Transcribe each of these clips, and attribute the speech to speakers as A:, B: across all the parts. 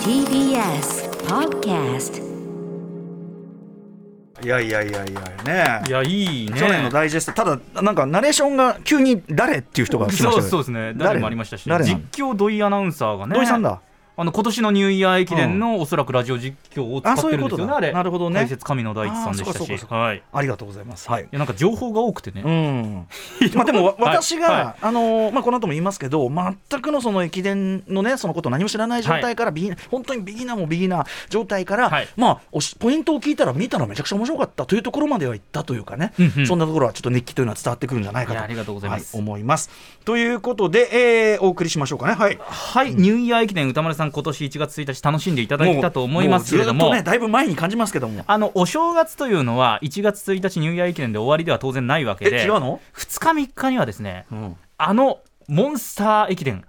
A: TBS Podcast
B: いやいやいやいやね
C: いやいいね
B: 去年のダイジェストただなんかナレーションが急に誰っていう人が来ました
C: そ
B: け
C: う
B: ど
C: そうですね誰もありましたし実
B: 誰なの
C: 況土井アナウンサーがね
B: 土井さんだ
C: あの今年のニューイヤー駅伝のおそらくラジオ実況を使っ
B: あ
C: てるんですよね
B: そういうことだ
C: あれ
B: なるほどね
C: 解説神の大地さんでした
B: あそうか
C: し
B: そう
C: はいい
B: ありがとうございますはい
C: やなんか情報が多くてね、
B: うん、まあ でもわ
C: はい
B: 私が、
C: は
B: あのーまあ、この後も言いますけど全くのその駅伝のねそのことを何も知らない状態からビギナー、本当にビギナーもビギナー状態から、
C: はい
B: まあおしポイントを聞いたら見たらめちゃくちゃ面白かったというところまではいったというかね、
C: うんうん
B: そんなところはちょっと熱気というのは伝わってくるんじゃないか
C: い
B: と
C: やありがとうございます
B: は思いますということで、えーお送りしましょうかねはい。
C: はい、ニューイヤー駅伝歌丸さん今年1月1日楽しんでいただいたと思いますけれど
B: う
C: も
B: ずっとねだいぶ前に感じますけども
C: あのお正月というのは1月1日ニューイヤー駅伝で終わりでは当然ないわけで
B: え違うの
C: 2日3日にはですね
B: うん
C: あのモンスター駅伝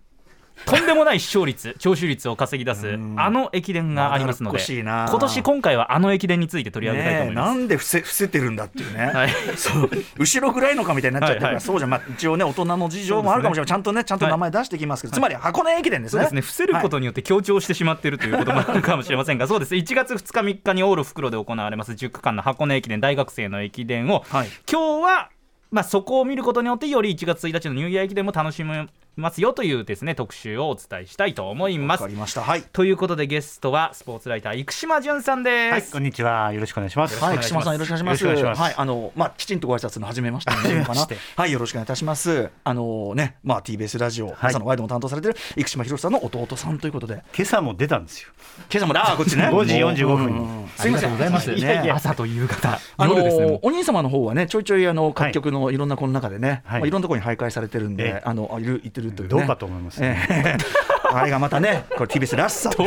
C: とんでもない視聴率 聴取率を稼ぎ出す
B: ん
C: あの駅伝がありますの
B: まだ
C: で
B: っこしいな
C: 今年今回はあの駅伝について取り上げたいと
B: ね
C: 思
B: え
C: い
B: な
C: ます。
B: んで伏せ伏せてるんだっていうね、
C: はい
B: そう後ろぐらいのかみたいになっちゃってるから、
C: はいはい
B: そうじゃん、まあ、一応ね大人の事情もあるかもしれない、ちゃんとねちゃんと名前出してきますけど、つまり箱根駅伝です
C: そう
B: ね
C: ですね伏せること
B: はい
C: によって強調してしまっているということもあるかもしれませんが、そうです1月2日、3日にオール袋で行われます10区間の箱根駅伝、大学生の駅伝を、
B: はい
C: 今日は、まあ、そこを見ることによって、より1月1日のニューイヤー駅伝も楽しめますよというですね特集をお伝えしたいと思いま
B: わ
C: す
B: か。りましたはい
C: ということで、ゲストはスポーツライター、生島淳さん
D: は
C: で
D: い、
C: す。
D: こんにちは。よろしくお願いします。
C: よろしくお
B: は
C: 願
B: い、
C: い
B: 岸本
C: します
B: さんよろしくお願いします。
D: よろしくお願いしま
B: は
D: す
B: い、あのまあきちんとご挨拶の初めまして になるのかな
D: 初めまし
B: はい、よろしくお願いいたします。あのね、まあ TBS ラジオ、
D: はい
B: 朝のワイドも担当されてる生島博さんの弟さんということで、
D: 今朝も出た んですよ。
B: 今朝もあーこっちね、
D: 5時45分に
B: うん
C: ありがとうございます。
B: いやいや
C: 朝と夕方、
B: あの
C: 夜ですね。もう
B: お兄様の方はね、ちょいちょいあの各局のいろんなこの中でね、
D: はい
B: まあいろんなところに徘徊されてるんで、
D: ええ
B: あのあいる行ってるという、ね、
D: どうかと思いますね
B: ええあれがまたね、これ TBS らしさと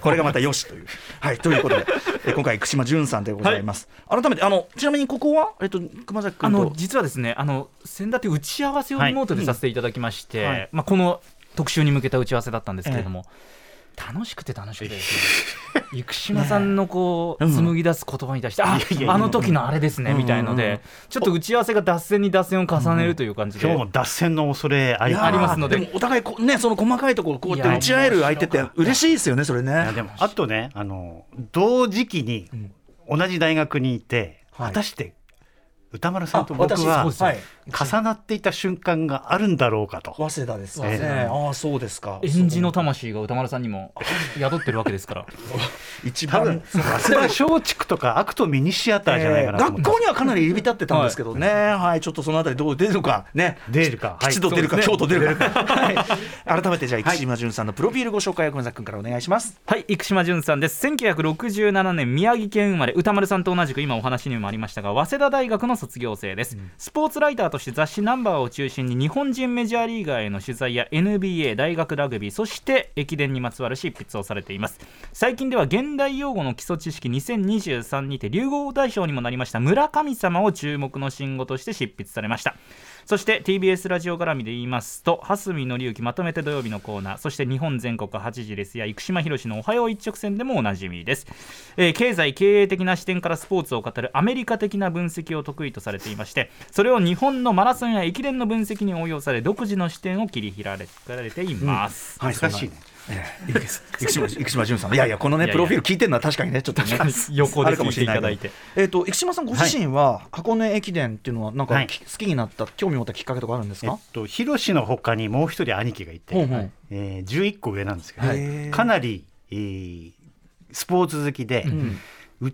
B: これがまたよしという。はい、ということで、え今回生島淳さんでございます。改めてあのちなみにここはえっと熊崎
C: あ
B: 君
C: の
B: と。
C: 実はですね、あの先立て打ち合わせをリモートでさせていただきまして、
D: はいはい
C: まあこの特集に向けた打ち合わせだったんですけれども、楽しくて楽しくてです ね、生島さんのこう
B: ねえうん
C: 紡ぎ出す言葉に対して、あ
D: いやいや
C: あの時のあれですね
B: うん
C: みたい
B: う
C: の
B: んうん
C: で、ちょっと打ち合わせが脱線に脱線を重ねるという感じで、
D: 今日も脱線の恐れあり
B: いやー
C: ありますので
B: もお互いこうねその細かいところこうやっ
C: い
B: て
C: や
B: 打ち合える相手って嬉しいですよねそれ
D: いや
B: ね
D: でもあとね、あの同時期に同じ大学にいて、
B: はい
D: 果たして歌丸さんと
B: あ
D: 僕
B: 私
D: は
B: そうですはい
D: 重なっていた瞬間があるんだろうかと。
B: 早稲田ですね、
D: ええ
B: ああそうですか
C: 演じの魂が歌丸さんにも宿ってるわけですから。
B: 一
D: 多
B: 番
D: 分早稲田松竹とかアクトミニシアターじゃないかなと思
B: え
D: っ
B: ー
D: て
B: 学校にはかなり入り浸ってたんですけどね、はいちょっとそのあたりどう出るのかね
D: 出るかはい
B: 吉度出るか、
D: そうで
B: 京
D: すね
B: 都出るか、はい、改めてじゃあ生島淳さんのプロフィールご紹介を熊崎君からお願いします
C: はい生島淳さんです1967年宮城県生まれ歌丸さんと同じく今お話にもありましたが早稲田大学の卒業生です、スポーツライターとして雑誌「ナンバーを中心に日本人メジャーリーガーへの取材や NBA 大学ラグビーそして駅伝にまつわる執筆をされています最近では現代用語の基礎知識2023にて流行語大賞にもなりました村神様を注目の新語として執筆されましたそして TBS ラジオ絡みで言いますと蓮見紀之まとめて土曜日のコーナーそして日本全国8時ですや生島博士の「おはよう一直線」でもおなじみです、えー経済経営的な視点からスポーツを語るアメリカ的な分析を得意とされていましてそれを日本のマラソンや駅伝の分析に応用され独自の視点を切り開かれています、
B: はい
D: 難しいね。
B: そんなええ生島生島淳さんいやいやこのね
C: いやいや
B: プロフィール聞いてるのは確かにねちょっとね
C: 確かに横で
B: あるかもしれな
C: 聞いていただいて
B: けどえっ、と生島さんご自身は箱根駅伝っていうのはなんか、
D: はい
B: き好きになった興味を持ったきっかけとかあるんです
D: えっ
B: か、
D: と、ヒロシのほかにもう一人兄貴がいて、
B: ほうほう
D: えー、11個上なんですけど、
B: へー
D: かなり、えースポーツ好きで、う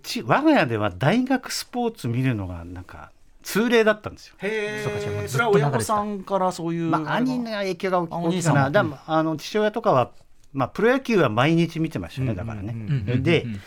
D: ち我が家では大学スポーツ見るのがなんか通例だったんですよ。
B: へ
C: そうかじゃあもうずっと
B: それは親御さんからそういう、
D: まあ、兄の影響が大き
B: あお兄
D: 大きい
B: さん
D: か
B: も
D: なだからあの父親とかは、まあ、プロ野球は毎日見てましたねだからね。
B: うん
C: うん
D: で
C: うん、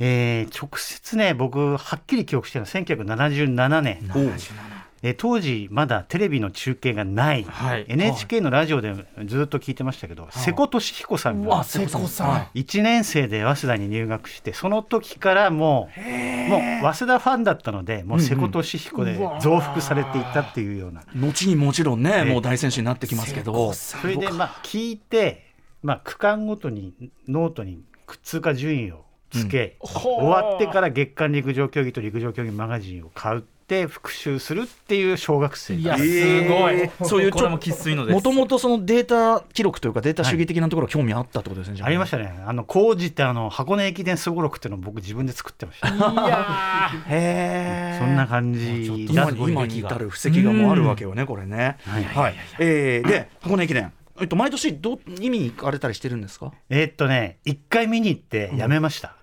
D: えー直接ね僕はっきり記憶してるのは1977年。えー当時まだテレビの中継がない、
C: はい
D: NHK のラジオでずっと聞いてましたけど、瀬古利彦さん
B: うわ
D: が
B: 瀬古さん
C: はい
D: 1年生で早稲田に入学してその時からもうもう早稲田ファンだったのでもう瀬古利彦で増幅されていたっていうような、
B: 後にもちろんね、
D: ええ
B: もう大選手になってきますけど
D: それでまあ聞いて、まあ、区間ごとにノートに通過順位をつけ、終わってから月刊陸上競技と陸上競技マガジンを買うって復習するっていう小学生
C: い
D: が
B: え
C: やす
B: ー
C: ごい、
B: そういうちょ
C: これもきついのです
B: もともとそのデータ記録というかデータ主義的なところ興味あったってことですね、じゃ
D: ありましたねあの工事ってあの箱根駅伝すごろくっていうのを僕自分で作ってました
C: いや
B: たへえ
D: そんな感じだ
B: 今に今に至る布石がもうあるわけよねこれね
D: はい
B: はいえーで箱根駅伝えっと毎年どう見に行かれたりしてるんですか
D: えーっとね一回見に行ってやめました、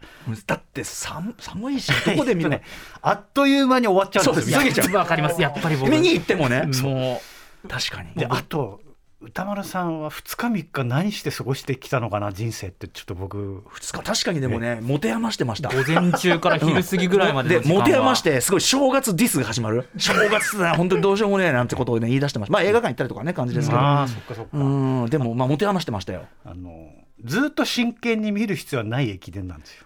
B: だって寒寒いしどこで見る
D: え
B: の
D: ーっとねあっという間に終わっちゃうんですよ
B: そうです
C: ーわかりますやっぱり僕
B: 見に行ってもね
C: も
B: 確かに
D: であと歌丸さんは2日3日何して過ごしてきたのかな人生ってちょっと僕
B: 2日確かにでもね持て余してました
C: う午前中から昼過ぎぐらいまで
B: で
C: の時間
B: 持
C: は
B: て余してすごい正月ディスが始まる正月だな本当にどうしようもねえなんてことをね言い出してましたまあ映画館行ったりとかね感じですけど
D: ああそっかそっか、
B: うんでもまあ持て余してましたよ
D: あのずっと真剣に見る必要はない駅伝なんですよ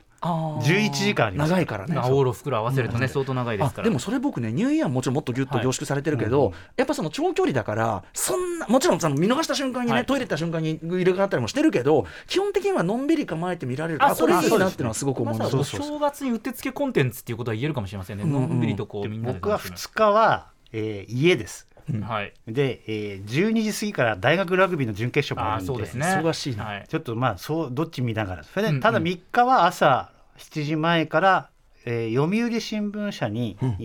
D: 11時間あります
B: 長いからね
C: まあオーロ袋合わせるとね相当長いですから
B: あでもそれ僕ねニューイヤーもちろんもっとギュッと
C: はい
B: 凝縮されてるけど、やっぱその長距離だからそんなもちろんその見逃した瞬間にね、
C: はい
B: トイレ行った瞬間に入れ替わったりもしてるけど基本的にはのんびり構えて見られるから
C: あそれ
B: こいい
C: そうで
B: な
C: す
B: っていうのはすごく思
C: ま
B: い
C: さ
B: ま
C: に
B: す。
C: お正月にうってつけコンテンツっていうことは言えるかもしれませんね、
B: うんうん
C: のんびりとこうみんなで
D: 僕は2日は、えー家です
B: うん
C: はい
D: で、えー12時過ぎから大学ラグビーの準決勝もあ
C: あ
D: る
C: ー
D: ん
C: そう
D: で
C: ですね
B: 忙しいな
C: はい
D: ちょっとまあそうどっち見ながらそれ
C: うんう
D: で
C: ん
D: ただ3日は朝7時前から、えー読売新聞社に、
B: うん
D: え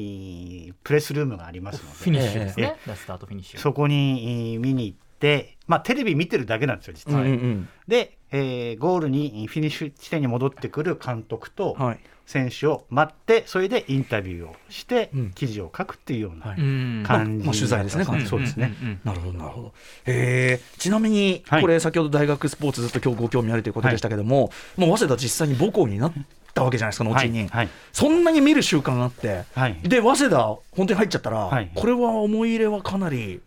D: ープレスルームがありますの
C: フィ
D: で
C: ニッシュです
B: え
C: ね、スタートフィニッシュ
D: そこに、えー見に行って、まあ、テレビ見てるだけなんですよ実
B: うん
D: は。
B: うん
D: で、えーゴールにえーフィニッシュ地点に戻ってくる監督と
B: うんはい
D: 選手を待ってそれでインタビューをして
B: うん
D: 記事を書くっていうよう
B: は
D: ない
C: うん
D: 感じ
B: まあ取材ですね
D: うん
B: そうですね、
C: うんうんうん
B: なるほどなるほどへえちなみに
D: はい
B: これ先ほど大学スポーツずっと今日ご興味あるということでしたけども、もう早稲田実際に母校になったわけじゃないですか後に、
D: はい
B: そんなに見る習慣があって、
D: はい
B: で早稲田本当に入っちゃったら、
D: はい
B: これは思い入れはかなり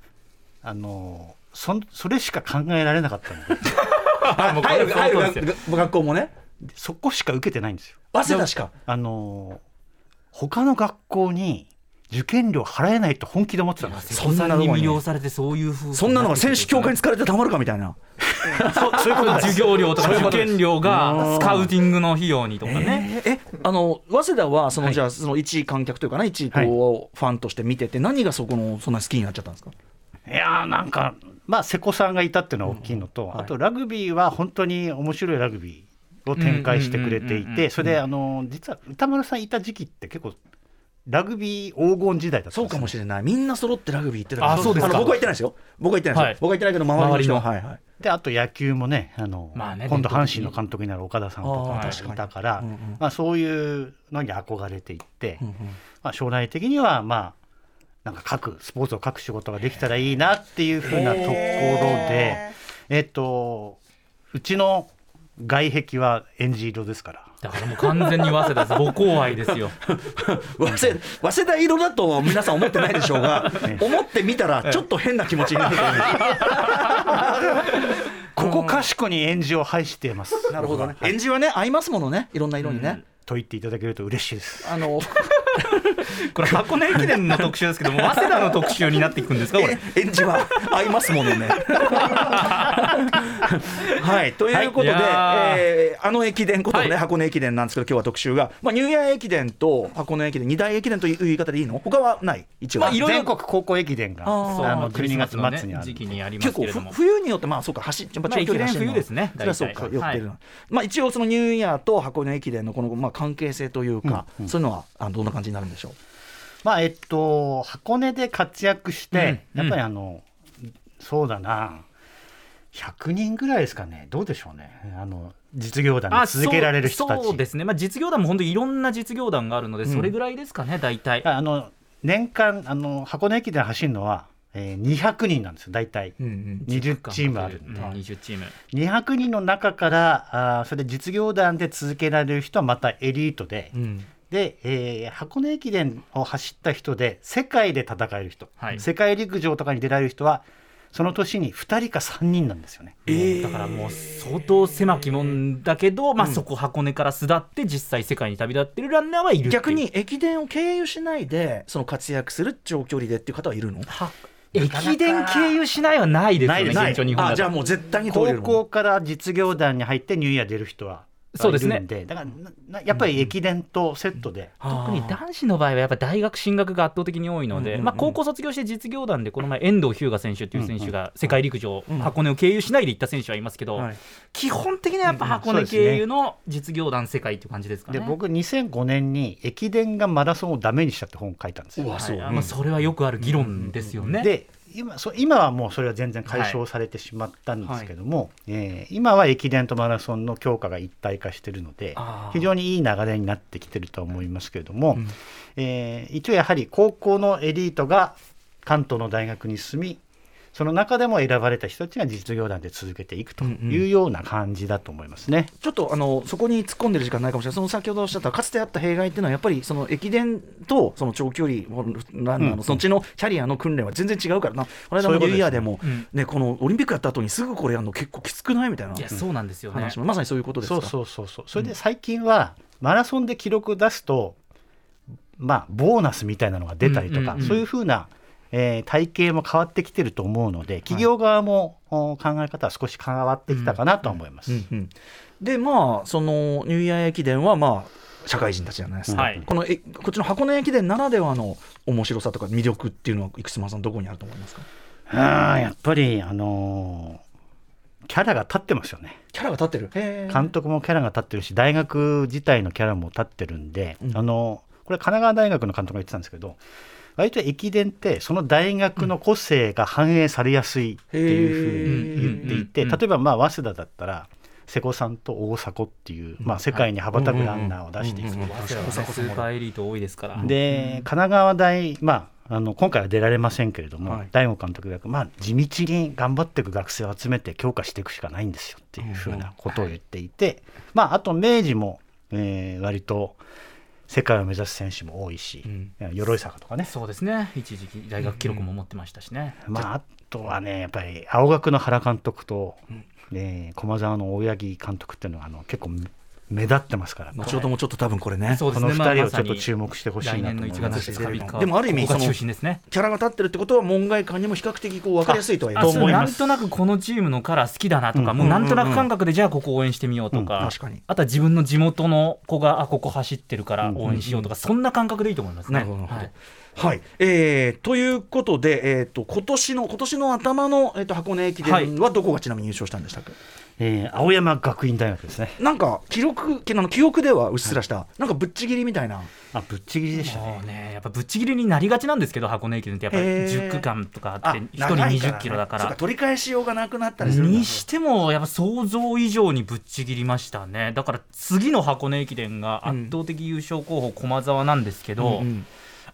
D: あのーそんそれしか考えられなかったので
C: あもうこれ
B: 入る
C: そうです
B: 入
C: よ
B: る学学校もね
D: そこしか受けてないんですよ。
B: 早稲田しか
D: あのー他の学校に受験料払えないと本気で思ってたんですよ
B: そ
C: そ
B: ん
C: ん
B: な
C: な
B: の
C: に
B: に
C: 魅了されてそういう風
B: そんなのが選手協会に疲れてたまるかみたいな
D: そうそういうことです
C: 授業料とか受験料
B: うん
C: がスカウティングの費用にとかね、
B: ええあの早稲田はその、じゃあその一位観客というかな一位こうファンとして見てて何がそこのそんな好きになっちゃったんですか
D: いやーなんかまあ瀬古さんがいたっていうのは大きいのと、
B: はい
D: あとラグビーは本当に面白いラグビーを展開してくれて
C: うんうんうん
D: い
C: うんう
D: て
C: ん
D: それであの実は歌丸さんいた時期って結構ラグビー黄金時代だったんです
B: そ
D: よ
B: うかもしれないみんな揃ってラグビー行ってた
C: あそうですか
B: の僕は行ってないですよ僕は行ってないですよ、
C: はい
B: 僕は行ってないけど周りの人は
C: 周
B: はいはい
D: であと野球もねあの、
C: まあね
D: 今度阪神の監督になる岡田さんと
B: あ
D: か
B: ー確かに
D: いたから
B: うんうん
D: まあ、そういうのに憧れていって、
B: うんうん
D: まあ、将来的にはまあなんか書くスポーツを書く仕事ができたらいいなっていうふうなところで、えっとうちの外壁はエンジ色ですから
C: だからもう完全に早稲田です母校愛です よ
B: 早稲早稲田色だと皆さん思ってないでしょう が
D: え
B: 思ってみたらちょっと変な気持ちになるという
D: ここかしこにエンジを配しています。
B: なるほどね。
D: はい
B: 演じはね合いますものね。いろんな色にね。
D: と言っていただけると嬉しいです。
B: あ の
C: これ箱根駅伝の特集ですけども早稲田の特集になっていくんですかこれ
B: 演じは合いますものね。 はいということで、
C: はいいやー
B: えーあの駅伝ことね、
C: はい
B: 箱根駅伝なんですけど今日は特集がまあニューイヤー駅伝と箱根駅伝二大駅伝という言い方でいいの？他はない一応。
C: まあいろいろ
D: 全国高校駅伝が
B: あー
D: あの
C: クリ
D: 12
C: スマス
D: 月
C: のね
D: 末にある
C: 時期にありま
B: 結
C: すけ
B: 構
C: れ
B: ふ
C: ども
B: 冬によってまあそうか走っやっぱ長距離走るの
C: まあ駅伝冬ですね
B: それはそう
C: 大
B: か
C: 体
B: 寄ってるの、まあ一応そのニューイヤーと箱根駅伝のこのまあ関係性というか、
D: うんうん
B: そういうのはあのどんな感じになるんでしょう。
D: まあえっと箱根で活躍して、
C: うんうん
D: やっぱりあのそうだな100人ぐらいですかねどうでしょうねあの実業団
C: あ
D: に続けられる人た
C: そう
D: ち
C: そうですね、まあ、実業団も本当にいろんな実業団があるので、
B: ん
C: それぐらいですかね、大体。
D: あの年間あの箱根駅伝走るのは、えー、200人なんですよ大体、
B: うんうん
D: 20チームある
C: うんん
D: で、
C: 20チーム。
D: 200人の中からあーそれで実業団で続けられる人はまたエリートで、
B: うん
D: で、えー箱根駅伝を走った人で世界で戦える人、
C: はい
D: 世界陸上とかに出られる人はその年に2人か3人なんですよね。
B: えー
C: だからもう相当狭きもんだけど、まあ、そこ箱根から巣立って実際世界に旅立ってるランナーはいるっていう
B: 逆に駅伝を経由しないでその活躍する長距離でっていう方はいるの
C: は駅伝経由しないはないですよ
D: ない
C: ね
D: です
C: 現状日本だと
B: あじゃあもう絶対に通れ
D: 高
B: るもん
D: 校から実業団に入ってニューイヤー出る人は
C: そうですね
D: いるんでだからななやっぱり駅伝とセットで、
C: 特に男子の場合はやっぱ大学進学が圧倒的に多いの
B: う
C: で、
B: んうんうん
C: まあ、高校卒業して実業団でこの前遠藤日向選手っていう選手が世界陸上、箱根を経由しないで行った選手はいますけど、
B: はい
C: 基本的にはやっぱ箱根経由の実業団世界っていう感じですかね。
D: で僕2005年に駅伝がマラソンをダメにしたって本を書いたんですよ。
B: わ
C: はい
B: そう
C: あまあ、それはよくある議論ですよね。
D: で今そ今はもうそれは全然解消されてしまったんですけども、えー今は駅伝とマラソンの強化が一体化しているので
C: あー
D: 非常にいい流れになってきてるとは思いますけれども、
B: うん
D: えー一応やはり高校のエリートが関東の大学に進みその中でも選ばれた人たちが実業団で続けていくというような感じだと思いますね。
B: ちょっとあのそこに突っ込んでる時間ないかもしれない、その先ほどおっしゃったかつてあった弊害っていうのは、やっぱりその駅伝とその長距離ランナーのそっちのキャリアの訓練は全然違うからな、この間
D: そうい
B: の
D: うこと
B: ニューイヤー
D: で
B: です
D: ね
B: も
C: うん、
B: ね、このオリンピックやった後にすぐこれやるの、結構きつくないみたいない
C: やそうなんですよね。
B: 話も、まさにそういうことですか。
D: そうそうそうそうそれで最近はマラソンで記録出すと、まあボーナスみたいなのが出たりとか、
C: うんうんうん
D: そういうふうな、えー体系も変わってきてると思うので企業側も、お考え方は少し変わってきたかなとは思います、
B: うんうんでまあそのニューイヤー駅伝はまあ社会人たちじゃないですか、
C: はい
B: このえこっちの箱根駅伝ならではの面白さとか魅力っていうのは生島さんどこにあると思いますか
D: うんやっぱりあのーキャラが立ってますよね
B: キャラが立ってるへ
D: 監督もキャラが立ってるし大学自体のキャラも立ってるんで、
B: うん
D: あのこれ神奈川大学の監督が言ってたんですけど割と駅伝ってその大学の個性が反映されやすいっていうふうに言っていて
C: へー
D: 例えばまあ早稲田だったら瀬古さんと大迫っていう、まあ、世界に羽ばたくランナーを出していく
B: うんうんうん
C: 早稲田はねスーパーエリート多いですから。
D: で神奈川大、まあ、あの今回は出られませんけれども、
B: はい
D: 大悟監督が、まあ、地道に頑張っていく学生を集めて強化していくしかないんですよっていうふうなことを言っていて、まあ、あと明治も、えー割と世界を目指す選手も多いし、鎧坂とかね、
C: そうですね一時期大学記録も持ってましたしね。
D: まあ、あとはねやっぱり青学の原監督と、えー駒澤の大八木監督っていうのがあの結構目立ってますから。
B: 後ほどもちょっと多分これね
C: そうで
D: こ
C: すね
D: の2人
C: ま
D: を
C: あ
D: ちょっと注目してほしい
C: 来
D: な
C: 年
D: と
C: の1
D: 思います。
C: 月ですか
B: でもある意味
C: ここが
B: その
C: 中心ですね。
B: キャラが立ってるってことは門外漢にも比較的こう分かりやすいとは言
C: あ
B: えます
C: そ
B: ね
C: う
D: い
C: な
D: ま
C: ん
D: す
C: となくこのチームのカラー好きだなとか、
D: うん
C: もうなんとなく感覚でじゃあここ応援してみようとか,、
D: うん
B: 確かに
C: あとは自分の地元の子があここ走ってるから
D: うん
C: 応援しようとか、そんな感覚でいいと思いますね。
B: なるほどなるほど
C: はい
B: はいえーということで、えー、と今年の今年の頭の、えー、と箱根駅
C: はい
B: 伝はどこがちなみに優勝したんでしたっけ、
D: えー青山学院大学ですね。
B: なんか記録あの記憶ではうっすらした、なんかぶっちぎりみたいな
D: あぶっちぎりでしたね。
C: もうね、やっぱぶっちぎりになりがちなんですけど箱根駅伝ってやっぱり
B: へー
C: 10区間とかあって1人
B: 長い
C: 2 0キロだか
B: そう
C: ら。
B: 取り返しようがなくなったりするんだ
C: にしてもやっぱ想像以上にぶっちぎりましたねだから次の箱根駅伝が圧倒的優勝候補駒澤なんですけど、
B: うんうん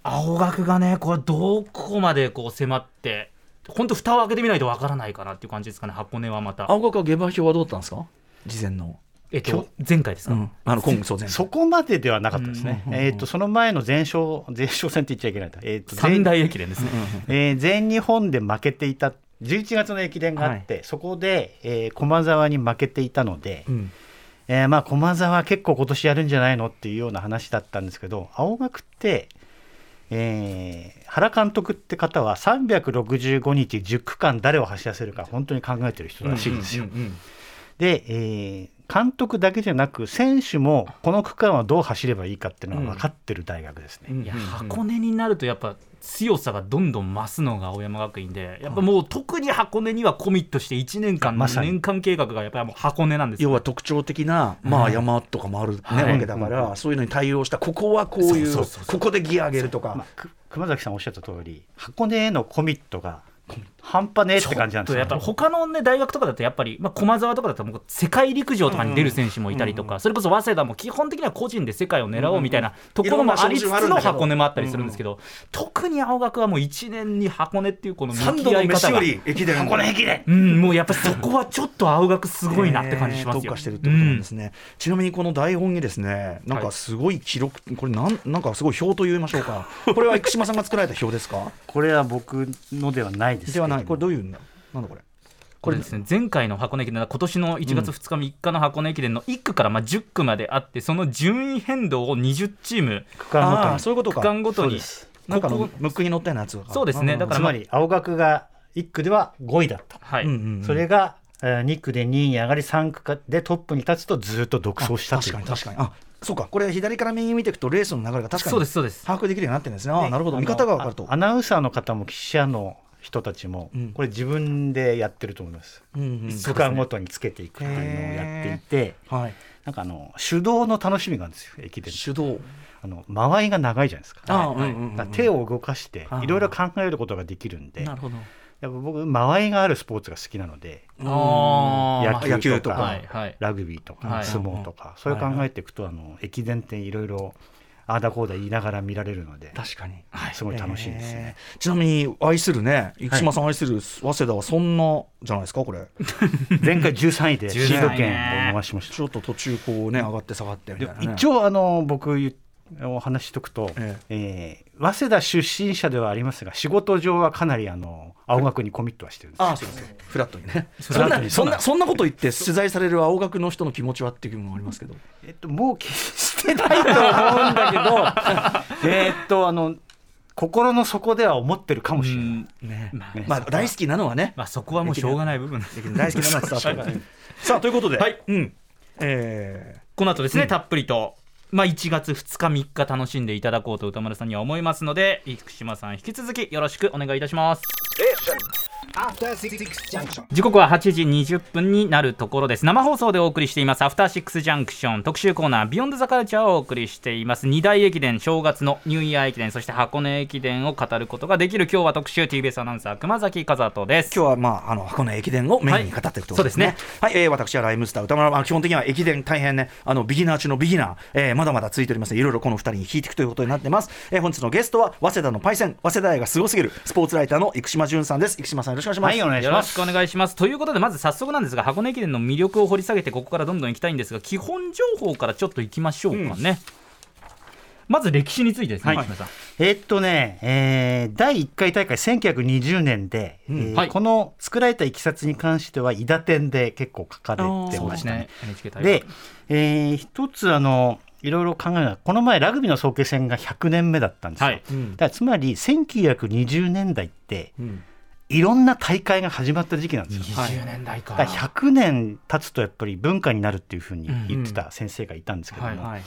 C: 青学がねこれどこまでこう迫って本当蓋を開けてみないとわからないかなっていう感じですかね箱根はまた
B: 青学は下馬評はどうだったんですか事前の、
C: えっと前回ですか、
B: うん、あの今そう前
D: そこまでではなかったですね。えっ、とその前の前哨前哨戦って言っちゃいけないんだ。えっ、と
C: 三
D: 全
C: 大駅伝ですね、
D: えー全日本で負けていた11月の駅伝があって、そこで、えー駒澤に負けていたので、
B: うん
D: えーまあ駒澤は結構今年やるんじゃないのっていうような話だったんですけど、青学って。えー原監督って方は365日10区間誰を走らせるか本当に考えてる人らしいんですよ。で、えー監督だけじゃなく選手もこの区間はどう走ればいいかっていうのが分かってる大学ですね。
B: うん
C: いや
B: うんうん
C: 箱根になるとやっぱ強さがどんどん増すのが青山学院でやっぱもう特に箱根にはコミットして1年間
D: ま
C: の
D: さに
C: 年間計画がやっぱりもう箱根なんですよ
B: 要は特徴的な、ま
C: う
B: あ、
C: ん
B: 山とかもある、ね
C: はい
B: わけだから、そういうのに対応したここはこういう
C: そうそうそう
B: ここでギア上げるとか
D: まあ、く熊崎さんおっしゃった通り箱根へのコミットが半端ねえって感じなんで
C: ちょっとや
D: すよ
C: っぱり他の、ね、大学とかだとやっぱり、まあ、駒澤とかだともう世界陸上とかに出る選手もいたりとか、それこそ早稲田も基本的には個人で世界を狙おうみたいなところもありつ
B: いろんな標準
C: つの
B: があるんだけど
C: 箱根もあったりするんですけど、特に青学はもう1年に箱根っていうこの
B: 三
C: 向
B: 度
C: き合
B: の
C: い
B: 飯
C: 方
B: よ
C: が。
B: り駅伝
D: 箱根駅伝
C: うん、もうやっぱりそこはちょっと青学すごいなって感じしますよ。
B: 特化してるってことなんですね、ちなみにこの台本にですねなん
C: は
B: か
C: い
B: すごい記録、これなんなんかすごい表と言いましょう かこれは生島さんが作られた表ですか
D: これは僕のではないですけ
B: で
D: ど
B: はないこれどういうのなんだこれ
C: これですね前回の箱根駅伝は今年の1月2日3日の箱根駅伝の1区からまあ10区まであってその順位変動を20チーム
D: 区間ごと
B: あー
D: に
B: そういうこと
C: 区
B: か
C: 間ごと
D: そう
C: に
D: です
B: なんかあ
C: こ
B: の
C: こ
B: ムックに載ったようなやつが
C: そうですねだから
D: つまり青学が1区では5位だった、
C: はい、
B: うんうんうん
D: それが、ええー2区で2位に上がり3区かでトップに立つとずっと独走したと
B: 確
D: いう
B: かに
D: こと
B: 確かにあそうかこれ左から右に見ていくとレースの流れが確かに
C: そうですそうです
B: 把握できるようになってるんですねああなるほど見方が分かると
D: あアナウンサーの方も記者の人たちも、
B: うん
D: これ自分でやってると思います
B: うんうん
D: 区間ごとにつけていくっていうのをやっていて
B: はい
D: なんかあの手動の楽しみがあるんですよ駅伝
B: 手動
D: あの間合いが長いじゃないですか
B: あ
D: はいはい
B: うんうんうん
D: だから手を動かして
B: あー
D: いろいろ考えることができるんでやっ
C: るほど
D: ぱ僕間合いがあるスポーツが好きなので
C: あ
B: ー
D: 野球とか
B: 野
C: 球とかはいはい
D: ラグビーとか、
C: はい
D: 相撲とか、そういう考えていくと、あの駅伝っていろいろああだこうだ言いながら見られるので
B: 確かに
D: すごい楽しいですね。
B: えーちなみに愛するね生島さん愛する早稲田はそんなじゃないですかこ れ
D: 前回13位でシード権を回しまし
B: ちょっと途中こうね上がって下がってみたい
D: た
B: な、ね、
D: で一応あの僕言っお話しとくと、
B: え
D: えー早稲田出身者ではありますが仕事上はかなりあの青学にコミットはしてるんです
B: ああそうですフラットにね
D: フ
B: そん
D: ラット
B: な
D: に
B: そんなそんなこと言って取材される青学の人の気持ちはっていうのもありますけど
D: えっと、もう決してないと思うんだけどえっとあの心の底では思ってるかもしれない。
B: ね
C: まあ
B: まあ大好きなのはね
C: まあそこはもうしょうがない部分です
B: 大好きなのは伝わって くるさあということで、
C: はい
B: うんえ
C: この後ですね、たっぷりと、まあ、1月2日3日楽しんでいただこうと歌丸さんには思いますので生島さん引き続きよろしくお願いいたします
E: After Six Junction.
C: 時刻は8時20分になるところです生放送でお送りしていますアフターシックスジャンクション特集コーナービヨンドザカルチャーをお送りしています二大駅伝正月のニューイヤー駅伝そして箱根駅伝を語ることができる今日は特集 TBS アナウンサー熊崎和人です
B: ー今日はまああの箱根駅伝をメインに語っていくと、
C: はいそうですね。
B: はい、えー私はライムスター歌丸、まあ、基本的には駅伝大変ねあのビギナー中のビギナー、えーまだまだついておりますのでいろいろこの二人に引いていくということになってます。えー本日のゲストは早稲田のパイセン早稲田愛がすごすぎるスポーツライターの生島淳さんです。生島さんよろしくお願いします。
D: はいお願いし
C: よろ
D: ま
C: し
D: す。
C: くお願いします。ということで、まず早速なんですが、箱根駅伝の魅力を掘り下げて、ここからどんどん行きたいんですが、基本情報からちょっと行きましょうかね。まず歴史についてですね、
D: はい
C: 木村さん
D: えっとね、えー第1回大会1920年で、えー
C: はい
D: この作られたいきさつに関しては韋駄天で結構書かれて
C: そう
D: ま
C: で
D: し
C: す
D: た
C: ね
D: ね。、
C: NHK 大
D: で、えー一つあのいろいろ考えるのはこの前ラグビーの早慶戦が100年目だったんですよ。
C: はい
B: うん
D: だからつまり1920年代って
B: うん
D: いろんな大会が始まった時期なんですよ。
C: 20年代か。
D: だから100年経つとやっぱり文化になるっていうふうに言ってた先生がいたんですけども、
C: うんうん
B: はい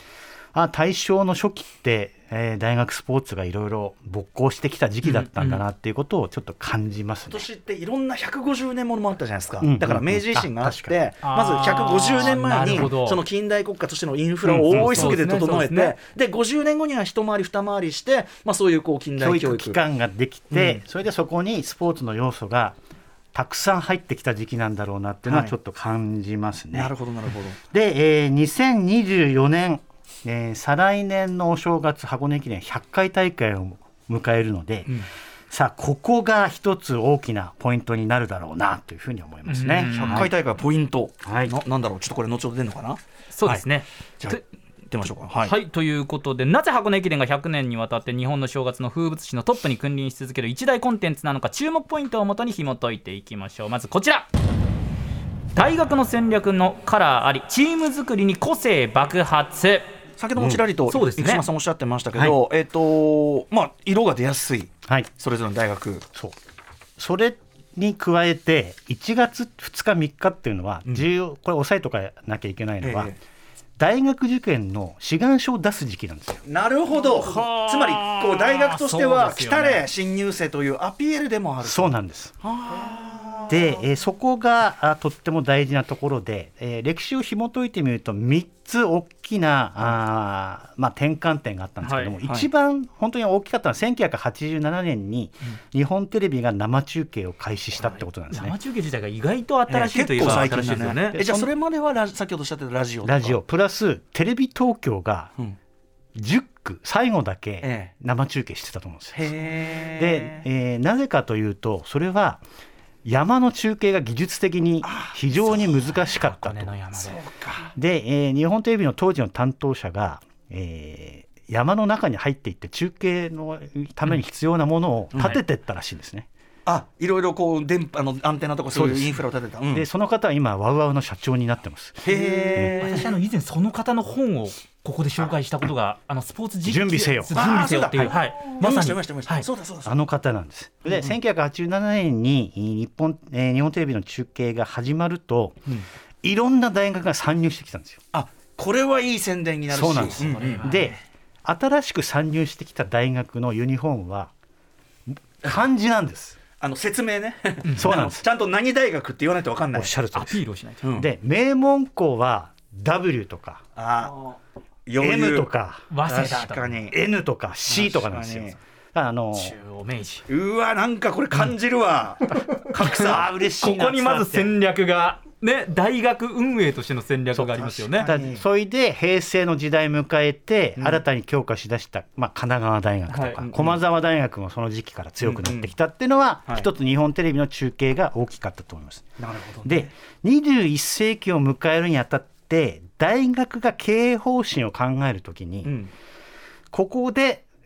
D: あ大正の初期って、えー大学スポーツがいろいろ勃興してきた時期だったんだなっていうことをちょっと感じますね。
B: 今年っていろんな150年ものもあったじゃないですか、
D: うん
B: だから明治維新があっ
D: うんうん
B: て、
C: あ
B: まず
C: 確かに
B: 150年
C: あーな
B: 前
C: るほど
B: にその近代国家としてのインフラを大急ぎで整えて、
C: うんうんうん
B: で50年後には一回り二回りして、まあ、そういうこう近代
D: 教
B: 教
D: 育
B: 育
D: 機関ができて、それでそこにスポーツの要素がたくさん入ってきた時期なんだろうなっていうのは
B: はい
D: ちょっと感じますね。
B: なるほどなるほど
D: で、えー2024年、えー再来年のお正月箱根駅伝100回大会を迎えるので、さあここが一つ大きなポイントになるだろうなというふうに思いますね。
C: うん
B: 100
D: は
B: 回
D: い
B: 大会ポイント、
D: はい
B: ななんだろうちょっとこれ後ほど出るのかな
C: そうですね。
B: じゃあ
C: と
B: 出ましょうかはい、
C: はい、ということでなぜ箱根駅伝が100年にわたって日本の正月の風物詩のトップに君臨し続ける一大コンテンツなのか注目ポイントをもとに紐解いていきましょうまずこちら大学の戦略のカラーありチーム作りに個性爆発
B: 先ほどもちらりと
C: んそうですね
B: 生島さんおっしゃってましたけど、えっ、とまあ色が出やすい
D: はい
B: それぞれの大学
D: そうそれに加えて1月2日3日っていうのは重要、これ押さえとかなきゃいけないのは、
B: ええ
D: 大学受験の志願書を出す時期なんですよ。
B: なるほど
C: はあ
B: つまりこう大学として
C: そう
B: は
C: です
B: 来
C: よね
B: たれ新入生というアピールでもある
D: そうなんですで、えーそこがあとっても大事なところで、えー歴史を紐解いてみると3つ大きなあー、まあ、転換点があったんですけども、
C: は
D: 一番本当に大きかったのは1987年に日本テレビが生中継を開始したってことなんですね
C: 生。中継自体が意外と新しいといえ
B: 結構最
C: ば新しい
B: 近
C: です
B: だ
C: よ
B: ね
C: ね
B: えじゃあそれまではラジ先ほどおっしゃってたラジオとか
D: ラジオプラステレビ東京が
B: うん
D: 10区最後だ
B: え
D: け生中継してたと思うんですよ。
B: へ
D: で、
B: え
D: えーなぜかというとそれは山の中継が技術的に非常に難しかった
C: 箱根
D: と。
C: の山で
D: で、えー日本テレビの当時の担当者が、えー山の中に入っていって中継のために必要なものを立ててったらしいんですね。
B: あいろいろこう電波のアンテナとかそういう
D: そうです
B: インフラを立てたうん
D: でその方は今ワウワウの社長になってます。
B: へえ
C: 私あの以前その方の本をここで紹介したことがあのスポーツ実況
D: 準備せよ
C: 準備せよってい
B: あ
C: う
B: ーそうだ
C: はいまさに
B: 見ました見ました
C: はい
B: そうだそうだそうだ
D: あの方なんです。で、1987年にえー日本、えー日本テレビの中継が始まると、いろんな大学が参入してきたんですよ。
B: あこれはいい宣伝になるし
D: そうなんです
B: う
D: よ
B: んうん
D: で、新しく参入してきた大学のユニフォームは漢字なんです。
B: あの説明ね
D: そうなんです
B: あのちゃんと何大学って言わないと分かんな
D: お
B: い
D: っしゃると
C: アピールをしないと
B: うん
D: で、名門校は W とか
B: あ余裕
D: M とか
C: 早稲田
B: 確かに
D: N とか C とかなんですよ
B: 確か。
D: あの
C: 中央明治
B: うわなんかこれ感じるわ、格
D: あ
B: 差
D: ー嬉しい
C: こ
D: な
C: こにまず
D: 伝わって
C: 戦略がね大学運営としての戦略がありますよね
D: だそれで平成の時代迎えて
B: ん
D: 新たに強化しだした、まあ、神奈川大学とか、
C: はい
D: 駒澤大学もその時期から強くなってきたっていうのは、
B: うんはい
D: 一つ日本テレビの中継が大きかったと思います。
B: なるほど
D: で21世紀を迎えるにあたって大学が経営方針を考えるときに、
B: うん
D: ここで、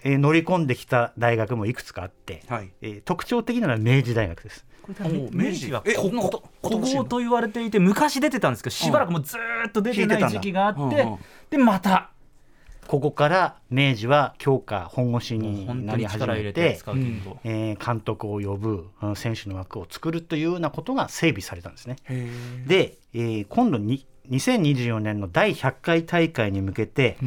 D: えー乗り込んできた大学もいくつかあって、
B: はい
D: えー特徴的なのは明治大学です。
B: お
C: 明治は
B: えこ
C: ここ
B: こと
C: 古
B: 今年
C: 豪と言われていて昔出てたんですけどしばらくもうずーっと出て
B: 聞いて
C: な
B: た
C: い
B: んだ
C: 時期があっ
B: うん
C: て
B: うん
C: でまた
D: ここから明治は強化本腰に
C: 本
D: な
C: 当
D: り
C: に
D: 始
C: 力入
D: め
C: れて
D: て
C: スカウティングを
D: えー監督を呼ぶうん選手の枠を作るというようなことが整備されたんですね。
B: へー
D: で、えー今度に2024年の第100回大会に向けて、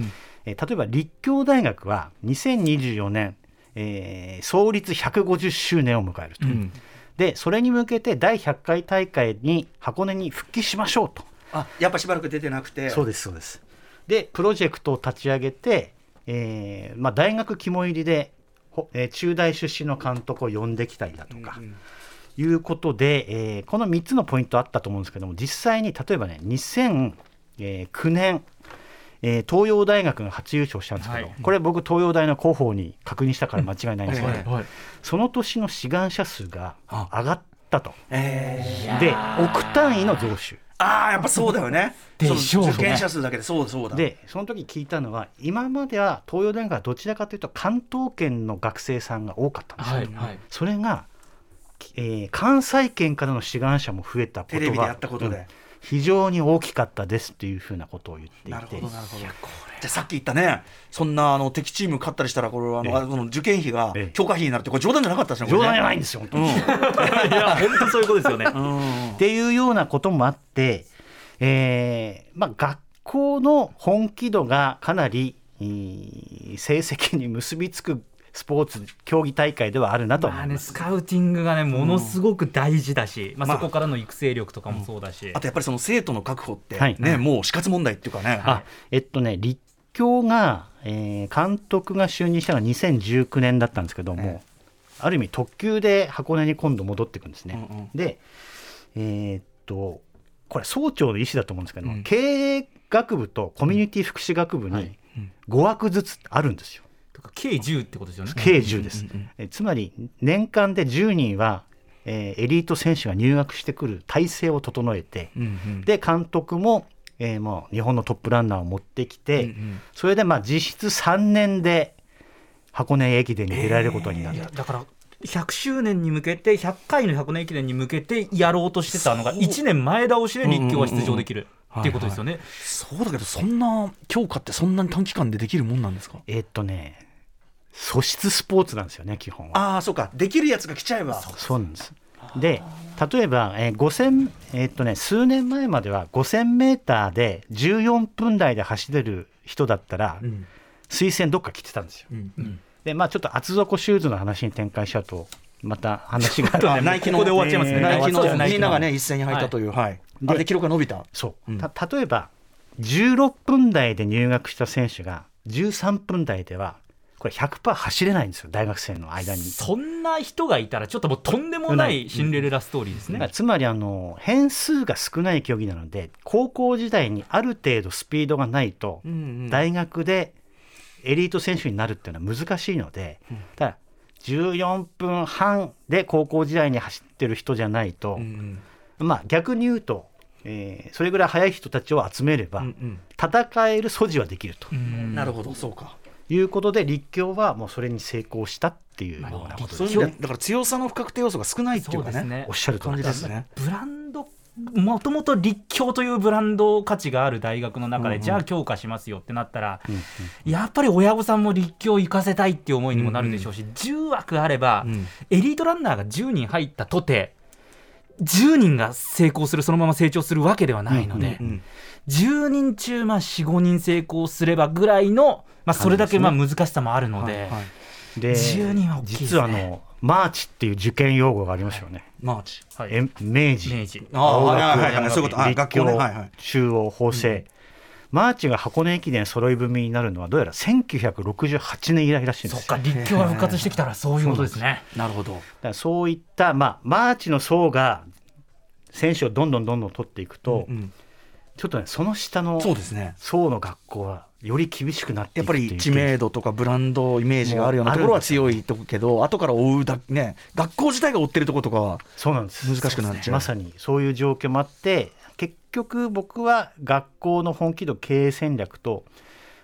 D: えー例えば立教大学は2024年、えー創立150周年を迎えると、
C: ん
D: でそれに向けて第100回大会に箱根に復帰しましょうと
B: あやっぱしばらく出てなくて
D: そうですそうですでプロジェクトを立ち上げて、えーまあ、大学肝入りで、ほえー中大出身の監督を呼んできたりだとか、いうことで、えーこの3つのポイントあったと思うんですけども実際に例えばね2009年えー東洋大学が初優勝したんですけど、
C: はい
D: これ僕東洋大の広報に確認したから間違いないんですけど、
B: うんはい
D: その年の志願者数が上がったと
B: えー
D: で億単位の増収
B: ああやっぱそうだよね
C: でしょうね
B: その受験者数だけでそうだそうだ
D: でその時聞いたのは今までは東洋大学はどちらかというと関東圏の学生さんが多かったんですよ、
C: はいはい
D: それが、えー関西圏からの志願者も増えたこ
B: テ
D: とが
B: レビでやったことで、
D: うん非常に大きかったですっていうふうなことを言ってい
B: なるほ
D: て
B: どなるほどじゃあさっき言ったねそんなあの敵チーム勝ったりしたらこれはあの
D: ええ
B: あのその受験費が
D: ええ
B: 強化費になるってこれ冗談じゃなかったですねこ
D: 冗
B: れね
D: 談じゃないんですよ本当に、
C: いや本当そういうことですよ ね
D: っていうようなこともあって、えーまあ、学校の本気度がかなりえー成績に結びつくスポーツ競技大会ではあるなとは
C: ま
D: 思
C: あ
D: い
C: ね
D: ます。
C: スカウティングがねものすごく大事だしまあそこからの育成力とかもそうだし
B: あとやっぱりその生徒の確保って、
D: はい
B: ね、もう死活問題っていうかね、
D: あえっとね立教が、えー監督が就任したのが2019年だったんですけども、
B: え
D: ある意味特急で箱根に今度戻っていくんですね。
B: うんうん
D: でえーっとこれ総長の意思だと思うんですけども、
B: うん
D: 経営学部とコミュニティ福祉学部に5枠ずつあるんですよ。
C: とか計10ってことですよね
D: 計10です、えつまり年間で10人は、えーエリート選手が入学してくる体制を整えて、で監督も,、えーもう日本のトップランナーを持ってきて、それでまあ実質3年で箱根駅伝に出られることになっ
C: い
D: た、
C: やだから100周年に向けて100回の100年駅伝に向けてやろうとしてたのが1年前倒しで立教は出場できるっていうことですよね。
B: そうだけどそんな強化ってそんなに短期間でできるもんなんですか
D: えーっとね素質スポーツなんですよね基本は
B: ああそうかできるやつが来ちゃえば
D: そうなんですで例えば、えー5000えーっとね、数年前までは 5000m で14分台で走れる人だったら、
B: ん
D: 推薦どっか来てたんですよ。でまあちょっと厚底シューズの話に展開しちゃうとまた話が
C: とね
B: ナイキの
C: ここで終わっちゃいます
B: ナ
C: ね
B: イキの
C: ナイキの
B: みんながね一斉に入ったという、はいあれで記録が伸びた
D: そう、
B: うん
D: た例えば16分台で入学した選手が13分台ではこれ100%走れないんですよ大学生の間に。
C: そんな人がいたらちょっともうとんでもないシンデレラストーリーです
D: だから
C: ね。
D: つまりあの変数が少ない競技なので高校時代にある程度スピードがないと大学でエリート選手になるっていうのは難しいのでただ14分半で高校時代に走ってる人じゃないと、まあ逆に言うと、えーそれぐらい速い人たちを集めれば戦える素地はできると
B: なるほどそうか
D: いうことで立教はもうそれに成功したっていうようなこと
B: そう
D: で
B: いう
D: す
B: 意味でだから強さの不確定要素が少ないっていうかね
D: おっしゃると
B: 感じ
D: りで
B: ですすね
C: ブランドもともと立教というブランド価値がある大学の中で、じゃあ強化しますよってなったら、やっぱり親御さんも立教行かせたいっていう思いにもなるでしょうし、10枠あれば、
B: うん
C: エリートランナーが10人入ったとて10人が成功するそのまま成長するわけではないので。
B: うん
C: 10人中、まあ、45人成功すればぐらいの、まあ、それだけまあ難しさもあるので
B: はい
D: で
C: 10人は大きいですね
D: 実はあのマーチっていう受験用語がありますよね、
B: マーチ
C: はい
D: え明治
C: 明治
B: あ
D: 青
B: はい
D: 学
B: はいはいそういうことあ
D: 立
B: 学校
D: 教、
B: ねはいはい
D: 中央法政、マーチが箱根駅伝揃い踏みになるのはどうやら1968年以来らしいんです
C: そ
D: よ
C: っか立教が復活してきたらそういうことです ね。
B: なるほど
D: だからそういった、まあ、マーチの層が選手をどんどんどんどん取っていくと、
B: うん
D: ちょっとねその下の
B: そうですね
D: 層の学校はより厳しくなって
B: やっ
D: い
B: ぱ
D: くっていう
B: り知名度とかブランドイメージがあるようなところは強いとこけど後から追うだね学校自体が追ってるところとかは
D: そうなんです
B: 難しくなっちゃう
D: まさにそういう状況もあって結局僕は学校の本気度経営戦略と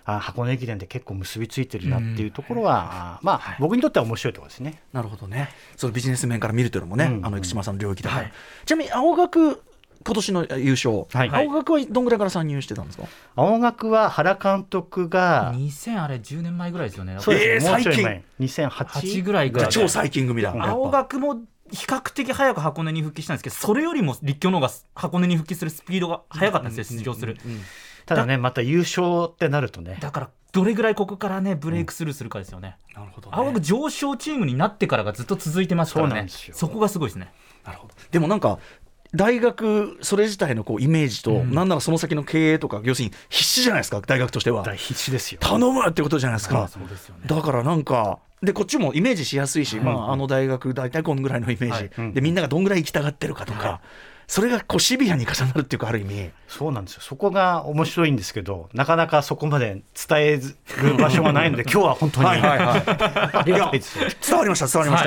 D: あ箱根駅伝で結構結びついてるなっていうところは、あまあ、僕にとっては面白いところですね。
B: なるほどね。そのビジネス面から見るというのもね、
D: うん
B: あの生島さんの領域だから。
C: はい
B: ちなみに青学今年の優勝、
D: はい
B: 青学はどんぐらいから参入してたんですか。
D: 青学は原監督が
C: 2000あれ10年前ぐらいですよね。
D: そうです
B: え
D: ね、
B: ー
D: もうちょい
B: 最
D: 前2008
C: 8ぐらい
B: じ
C: か
B: ゃ
C: ら
B: あ
C: で
B: 超最近組だ。
D: うん
B: あ
C: 青学も比較的早く箱根に復帰したんですけどそれよりも立教の方が箱根に復帰するスピードが早かったんですよ出場する。
D: ただねまた優勝ってなるとね
C: だからどれぐらいここからねブレイクスルーするかですよね。
B: なるほど、ね。
C: 青学上昇チームになってからがずっと続いてますから
D: そうなん
C: ね
D: ですよ
C: そこがすごいですね。
B: なるほど。でもなんか。大学それ自体のこうイメージと、なんならその先の経営とか要するに必死じゃないですか大学としては
D: 大必死ですよ。
B: 頼むってことじゃないですか、
C: そうですよね
B: だからなんかでこっちもイメージしやすいし、まあ、あの大学大体こんぐらいのイメージ、
C: はい
D: うん
B: でみんながどんぐらい行きたがってるかとか、それがこうシビアに重なるっていうかある意味、
D: そうなんですよそこが面白いんですけどなかなかそこまで伝える場所がないの で今日は本当にありがたいですよ。
B: 伝わりました、伝わりまし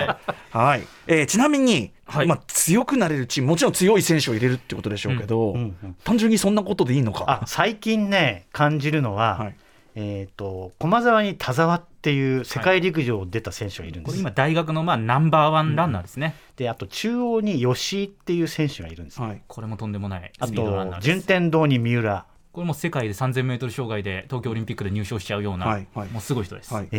B: た。はい、えーちなみに、
C: はい
B: まあ、強くなれるチーム、もちろん強い選手を入れるってことでしょうけど。
D: んうんうん
B: 単純にそんなことでいいの
D: あ
B: か。
D: 最近ね感じるのは、
B: はい
D: えー、と駒沢に田澤っていう世界陸上出た選手がいるんで
C: こ
D: す、
C: れ今大学のまあナンバーワンランナーですね、
D: であと中央に吉井っていう選手がいるんです、
B: はい。
C: これもとんでもない
D: あ
C: スピードランナ
D: と
C: ーで
D: 順
C: す
D: 天堂に三浦、
C: これも世界で 3000m 障害で東京オリンピックで入賞しちゃうような、
B: はいはい
C: もうすごい人です、
B: はい。
D: え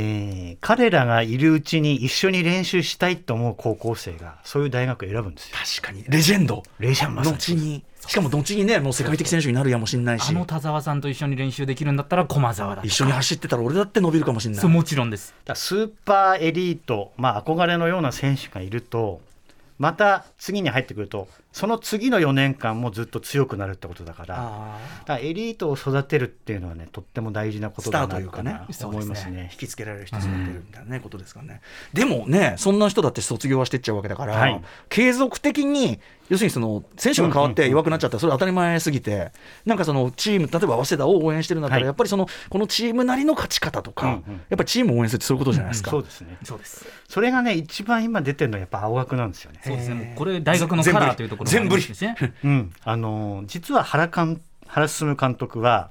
D: ー彼らがいるうちに一緒に練習したいと思う高校生がそういう大学を選ぶんですよ。
B: 確かに、レジェンド。
D: レジャーマ
B: 後に。しかも、後にね、もう世界的選手になるやもしれない
C: あ
B: し。
C: の田澤さんと一緒に練習できるんだったら駒澤だ
B: 一緒に走ってたら、俺だって伸びるかもしれない。
C: そうもちろんです
D: だからスーパーエリート、まあ、憧れのような選手がいるとまた次に入ってくるとその次の4年間もずっと強くなるってことだから
B: あ
D: だからエリートを育てるっていうのはねとっても大事なことだな
B: スターというかね
D: と思いますね
B: ー引きつけられる人育てるみたいなね、ことですからね。でもね、そんな人だって卒業はしてっちゃうわけだから、
D: はい
B: 継続的に、要するにその選手が変わって弱くなっちゃったら、それは当たり前すぎて、なんかそのチーム、例えば早稲田を応援してるんだったら、
D: はい
B: やっぱりそのこのチームなりの勝ち方とか、
D: うんうん
B: やっぱりチームを応援するってそういうことじゃないですか。
D: そうですね
C: そうです
D: それがね一番今出てるのはやっぱ青学なんですよね、
C: そうですねもうこれ大学のカラーというところもありますしね
D: うん、あのー実は原監原進監督は、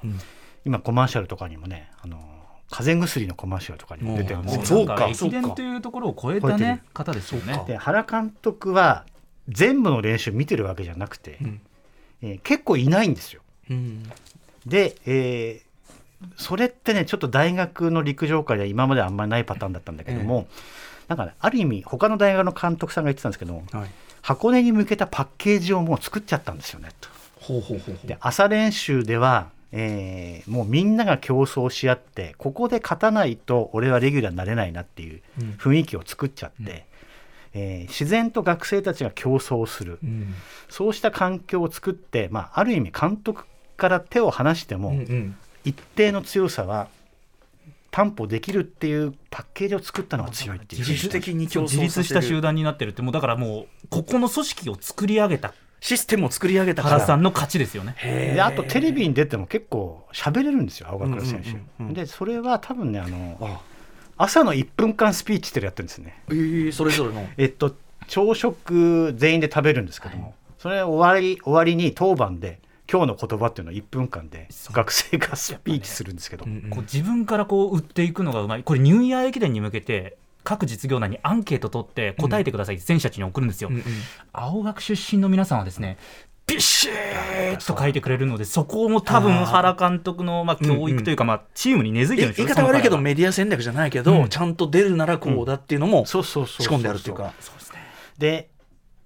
D: 今コマーシャルとかにもねあのー風邪薬のコマーシャルとかにも出てるんですよ
B: も
C: そ
B: そ
C: う
B: うか
C: か
B: そう
C: 駅
B: か
C: 伝というところを超えた
D: 超えて
C: ね方ですよね
D: で原監督は全部の練習見てるわけじゃなくて、
B: ん
D: えー結構いないんですよ。
B: うん
D: で、えーそれってねちょっと大学の陸上界では今まであんまりないパターンだったんだけども、なんか、ね、ある意味他の大学の監督さんが言ってたんですけども
B: はい、
D: 箱根に向けたパッケージをもう作っちゃったんですよねと。
B: ほうほうほうほう
D: で朝練習では、えーもうみんなが競争し合ってここで勝たないと俺はレギュラーになれないなっていう雰囲気を作っちゃって、えー自然と学生たちが競争する、
B: うん
D: そうした環境を作って、まあ、ある意味監督から手を離しても、
B: うんうん
D: 一定の強さは担保できるっていうパッケージを作ったのが強いっていう
B: 自主的に競争させ
C: 自
B: る
C: 立した集団になってるってもうだからもうここの組織を作り上げた
B: システムを作り上げたから
C: 原さんの勝ちですよね
D: であとテレビに出ても結構喋れるんですよ青学の選手、
B: うんうんうんうん
D: でそれは多分ねあの
B: あ
D: 朝の1分間スピーチってやってるんですね
B: えーそれぞれの
D: えっと朝食全員で食べるんですけども、それ終わり終わりに当番で今日の言葉っていうのを1分間で学生がスピーチするんですけど、
C: こう自分からこう売っていくのがうまいこれニューイヤー駅伝に向けて各実業団にアンケート取って答えてくださいって選手たちに送るんですよ、
B: うんうん
C: 青学出身の皆さんはですねビシーッと書いてくれるのでそこも多分原監督のまあ教育というかまあチームに根付いてるんでしょ
B: 言いう方悪いけど
C: その彼は
B: メディア戦略じゃないけど、
C: うん
B: ちゃんと出るならこうだっていうのも仕
D: そうそうそうそう
B: 込んであるっていうか。
C: そうですね
D: で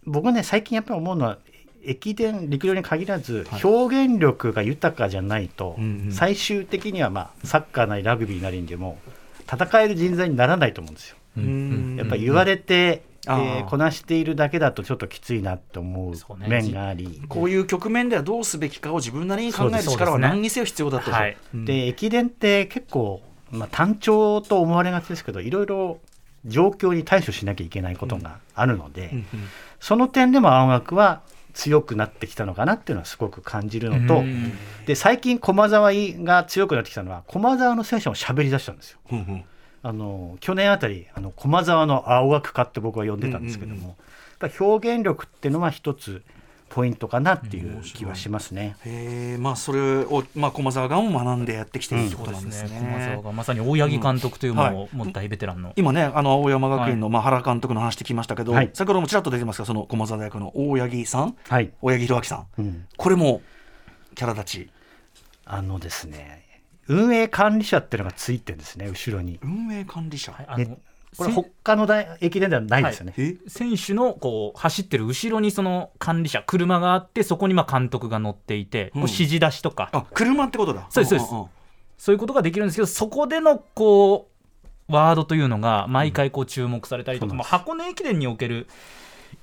D: 僕ね最近やっぱり思うのは駅伝陸上に限らず表現力が豊かじゃないと、
B: うんうん
D: 最終的には、まあ、サッカーなりラグビーなりにでも戦える人材にならないと思うんですよ。
C: うんうん
D: やっぱ言われて、
B: うんうん
D: えー
B: あー
D: こなしているだけだとちょっときついなと思う
C: そうね
D: 面があり、
B: こういう局面ではどうすべきかを自分なりに考える
C: そうです
B: 力は
C: そうですね
B: 何にせよ必要だと。
C: はい
B: うん
D: で駅伝って結構、まあ、単調と思われがちですけどいろいろ状況に対処しなきゃいけないことがあるので、
B: うんうん
D: その点でも青学は強くなってきたのかなっていうのはすごく感じるのと、
C: うん
D: で最近駒沢が強くなってきたのは駒沢の選手も喋り出したんですよ。
B: うんうん
D: あの去年あたりあの駒沢の青学化って僕は呼んでたんですけども、
B: うんうんう
D: やっぱ表現力っていうのは一つポイントかなっていう気はしますね。
B: へえまあそれを、まあ、駒沢側も学んでやってきてるって
C: そ
B: こ
C: う
B: と
C: で
B: なん
C: す
B: です
C: ね
B: ね。
C: 駒沢がまさに大八木監督というも
B: うん
C: う
B: はい
C: もう大ベテランの
B: 今ね、あの青山学院のまあ原監督の話で聞きましたけど、
D: はい
B: 先ほどもちらっと出てますが、その駒沢大学の大八木さん、
D: はい、
B: 大八木弘明さん、
D: うん
B: これもキャラ立ち、
D: あのですね運営管理者っていうのがついてるんですね後ろに。
B: 運営管理者、
C: はいあ
D: で
C: の
D: これ他の大駅伝ではないですよね。
B: え
C: 選手のこう走ってる後ろにその管理車車があってそこにまあ監督が乗っていて、
B: うん
C: こう指示出しとか
B: あ車ってことだ。
C: そうですそうです
B: んんん
C: そういうことができるんですけどそこでのこうワードというのが毎回こう注目されたりとか、
D: うん
C: まあ箱根駅伝における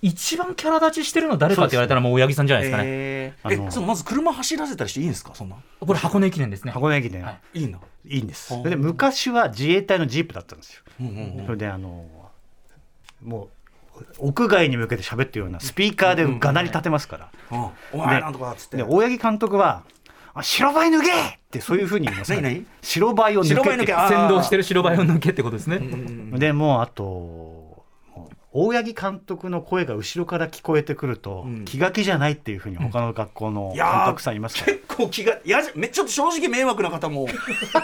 C: 一番キャラ立ちしてるの誰かって言われたらもう大八木さんじゃないですかね、
B: えー
D: あの
B: えそのまず車走らせたりしていいんですかそんな
C: これ箱根駅伝ですね
D: 箱根駅伝、
C: はい
B: いいな、
D: い、いんです。
B: ほう
D: で昔は自衛隊のジープだったんですよ。
B: うんうんうん
D: それであのもう屋外に向けて喋ってるようなスピーカーでがなり立てますから。
B: あお前なんとかっつって
D: で大八木監督は「あ白バイ脱げ!」ってそういうふうに言います、
B: 何何
D: 白バイを抜け
B: 白バイ抜けあー
C: 先導してる白バイを抜けってことですね、
D: でもうあともう大八木監督の声が後ろから聞こえてくると、
B: うん
D: 気が気じゃないっていうふうに他の学校の
B: い
D: 監
B: やー
D: 督さんいますから、
B: 結構気がいやじゃめちょっと正直迷惑な方も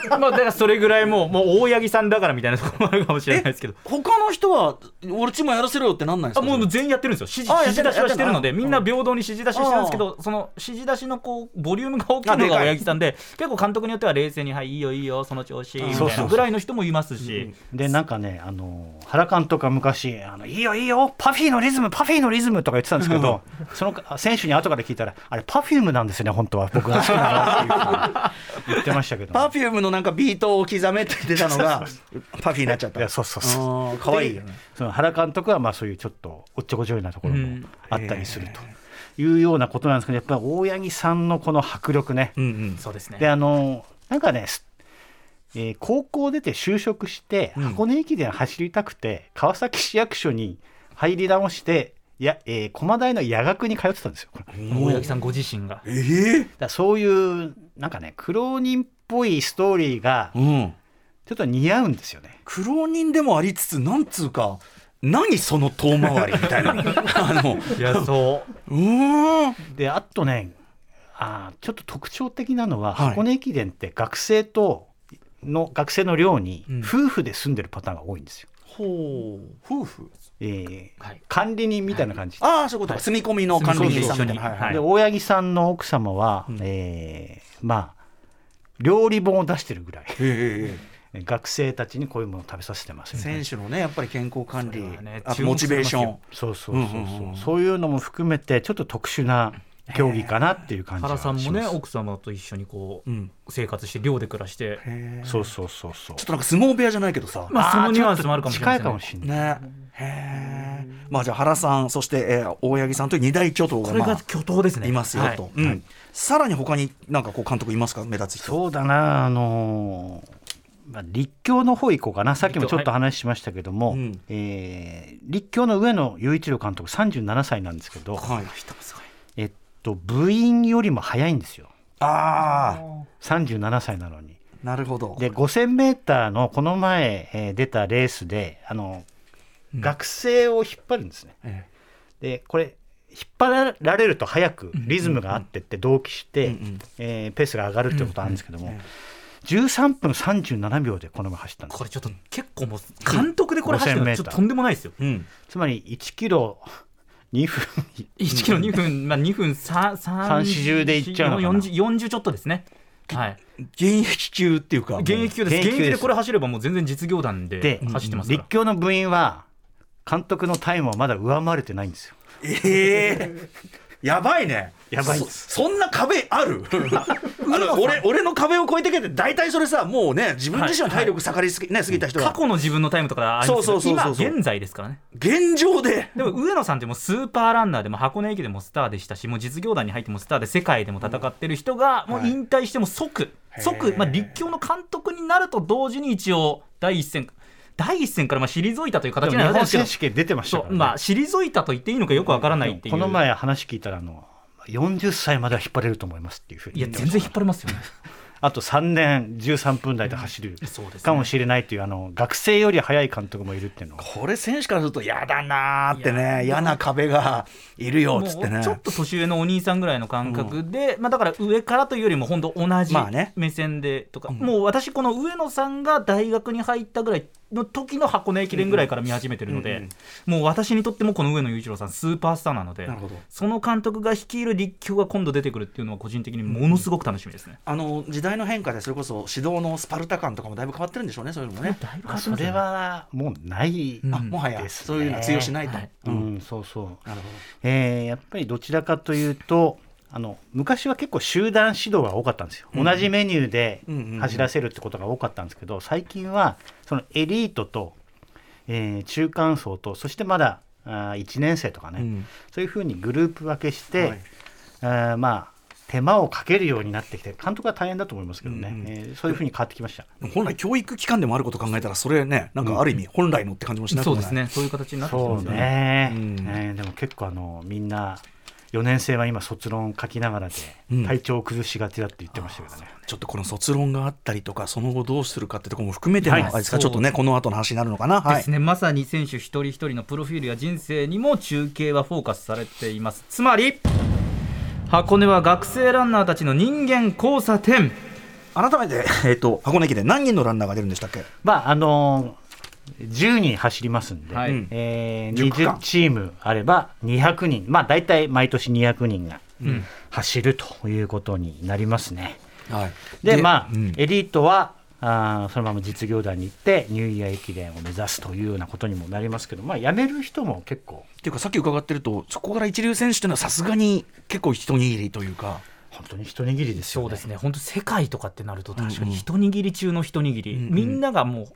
C: まあだからそれぐらいもうもう大八木さんだからみたいなところもあるかもしれないですけど
B: 他の人は俺っちもやらせろよってなんないんです
C: あ
B: か
C: もうもう
B: それ
C: 全員やってるんですよ指示
B: あ
C: 指示出しは
B: や
C: し
B: っててんだ
C: るので
B: うん
C: みんな平等に指示出しはしてるんですけどその指示出しのこうボリュームが大きい
B: あ
C: の
B: で
C: が
B: かい
C: 親木さんで結構監督によっては冷静に「はいいいよいいよその調子」み
B: そ
C: た
B: う
C: い
B: そ
C: な
B: う
C: ぐらいの人もいますし
D: でなんかねあの原監督は昔あの「いいよいいよパフィーのリズムパフィーのリズム」とか言ってたんですけどそのあ選手に後から聞いたら「あれパフュームなんですよね本当は僕が好きなの」っていうふうに言ってましたけど
B: パフュームのなんかビートを刻めって出たのがパフィーになっちゃった
D: いやそうそうそう
B: あー可愛いよね
D: その原監督はまあそういうちょっとおっちょこちょいなところ
C: う
D: も
C: ん
D: あったりするというようなことなんですけどやっぱり大八木さんのこの迫力ね、
B: うんうん
C: そうですね
D: であのなんかね、すえー高校出て就職して
B: うん
D: 箱根駅伝走りたくて、川崎市役所に入り直してや、えー駒大の夜学に通ってたんですよ。これだか
C: 大八木さんご自身が
B: ええ
D: らそういうなんかね苦労人っぽいストーリーが
B: うん
D: ちょっと似合うんですよね。
B: 苦労人でもありつつなんつうか何その遠回りみたいなあの
C: いやそう
B: ーん
D: であとねあーちょっと特徴的なのは、
B: はい
D: 箱根駅伝って学生との学生の寮に
B: うん
D: 夫婦で住んでるパターンが多いんですよ。
B: ほう夫婦
D: えー
C: はい
D: 管理人みたいな感じで、
B: ああそういうことか住み込みの管理人さんみたいな
C: そうそう一緒にはい
D: で大八木さんの奥様は、
B: うん
D: えーまあ料理本を出してるぐらい
B: ええええ
D: 学生たちにこういうものを食べさせてますね。
B: 選手のねやっぱり健康管理、
C: それはね
B: あとモチベーション
D: そうそうそうそう,、
B: うんうんうん
D: そういうのも含めてちょっと特殊な競技かなっていう感じ
C: 原
D: がし
C: さ
D: ま
C: ん
D: す。
C: もね奥様と一緒にこ
B: うん
C: う生活して寮で暮らして
B: へえちょ
D: そうそうそうそう
B: っ。となんか相撲部屋じゃないけどさ、
C: まあそのニュアンスもあるかもしれな
D: 近
C: い
D: い
C: です
D: か
C: ね
D: もしれな
B: ね
D: い。
B: へえまあじゃあ原さんそして、えー大八木さんという二大巨頭が,、
C: これ
B: ま
C: が
B: あ、
C: 巨頭ですね
B: いますよ
C: はい
B: と、うんさらに他になんかこう監督いますか目立つ人
D: そうだな、あのーまあ、立教の方行こうかな、さっきもちょっと話しましたけども、
B: はいうん
D: えー立教の上野雄一郎監督、37歳なんですけど、
B: はい
D: えっと、部員よりも早いんですよ、
B: あ
D: 37歳なのに。
B: あなるほど
D: で、5000メーターのこの前、えー出たレースで、あの学生を引っ張るんですね。
B: え
D: でこれ引っ張られると早くリズムが合ってって同期して、
B: うんうん
D: えーペースが上がるってことあるんですけども、
B: うんうん
D: 13分37秒でこの前走ったんです
C: これちょっと結構もう監督でこれ走るのちょっととんでもないですよ
B: えうん
D: つまり1キロ2分
C: 1キロ2分、まあ、2分3、3
D: 30でいっちゃうのかな
C: 40, 40ちょっとですね。はい、
B: 現役級っていうか
C: 現役級です現
D: 現役級です
C: 役でこれ走ればもう全然実業団で
D: で
C: 走ってますか
D: 立
C: ら、
D: 教の部員は監督のタイムはまだ上回れてないんですよ
B: ええやばいね
D: やばい
B: そそんな壁あるあの俺俺の壁を越えてけって大体それさもうね自分自身の体力下がりすぎ,、ね、過ぎた人は
C: 過去の自分のタイムとかありますけど
B: そうそうそうそうそう
C: 今現在ですからね
B: 現状で
C: でも上野さんってもうスーパーランナーでも箱根駅でもスターでしたしもう実業団に入ってもスターで世界でも戦ってる人がもう引退しても即、即、まあ、立教の監督になると同時に一応第一線第一線からまあ退いたという形
D: 日
C: にはなるんで
D: 本
C: すけど
D: 選手権出てました
C: そ
D: か
C: う
D: ら、ね
C: まあ退いたと言っていいのかよくわからないっていう
D: この前話聞いたらあの40歳までは引っ張れると思いますっていうふうに
C: い
D: 言
C: や
D: って
C: 全
D: ました
C: 然引っ張れますよね
D: あと3年13分台で走る
C: そうですね
D: かもしれないというあの学生より早い監督もいるっていうのは
B: これ選手からすると嫌だなーって
C: いや
B: ね嫌な壁がいるよっ
C: もう
B: つってね
C: ちょっと年上のお兄さんぐらいの感覚で、まあ、だから上からというよりも本当同じ
B: まあね
C: 目線でとか、
B: うん
C: もう私この上野さんが大学に入ったぐらいの時の箱根駅伝ぐらいから見始めてるので、
B: うん
C: もう私にとってもこの上野裕一郎さんスーパースターなので
B: なるほど
C: その監督が率いる立教が今度出てくるっていうのは個人的にものすごく楽しみですね。
B: あの時代の変化でそれこそ指導のスパルタ感とかもだいぶ変わってるんでしょうねそういうのもね、
C: だいぶ変わ
D: ま
C: っ
D: あ
C: て
D: そ
C: ますよ
D: れ
C: ね
D: はもうない、
C: うん
B: あもはや
D: ですね
B: そういうのは通用しないと、
C: はい
D: うん
B: うん
D: そうそう
B: なるほど
D: えーやっぱりどちらかというとあの昔は結構集団指導が多かったんですよ、同じメニューで
B: うんうんうん
D: 走らせるってことが多かったんですけど最近はそのエリートと、えー中間層とそしてまだあ1年生とかね、
B: うん
D: そういうふうにグループ分けして、
B: はい
D: あーまあ手間をかけるようになってきて監督は大変だと思いますけどね、
B: うんうん
D: えーそういうふうに変わってきました。
B: 本来教育機関でもあることを考えたらそれねなんかある意味本来のって感じもしなく
C: そ
B: も
C: う
B: な
C: で
B: い
C: すねそういう形になってきて
D: そ
C: ま
D: う
C: すよね。
D: ね、
B: うん
D: えーでも結構あのみんな4年生は今卒論書きながら
B: うん
D: で体調を崩しがちだって言ってましたけどね、
B: ちょっとこの卒論があったりとかその後どうするかってところも含めての、
D: はい
B: あれですかちょっとねこの後の話になるのかなは
C: で
B: い
C: すね、まさに選手一人一人のプロフィールや人生にも中継はフォーカスされていますつまり箱根は学生ランナーたちの人間交差点
B: 改めて、えっと箱根駅伝何人のランナーが出るんでしたっけ
D: まああのー10人走りますんで、
C: はい
B: うん
D: えー
B: 10区間
D: 20チームあれば200人まあ大体毎年200人が
C: ん
D: 走るということになりますね、
B: はい
D: でまあ、
B: うん
D: エリートはあーそのまま実業団に行ってニューイヤー駅伝を目指すというようなことにもなりますけどまあ辞める人も結構
B: っていうかさっき伺ってるとそこから一流選手というのはさすがに結構一握りというか
D: 本当に一握りです
C: そ
D: よ
C: う
D: ね
C: ですね本当世界とかってなると確か
B: うんうん
C: に一握り中の一握り、
B: うんうん
C: みんながもう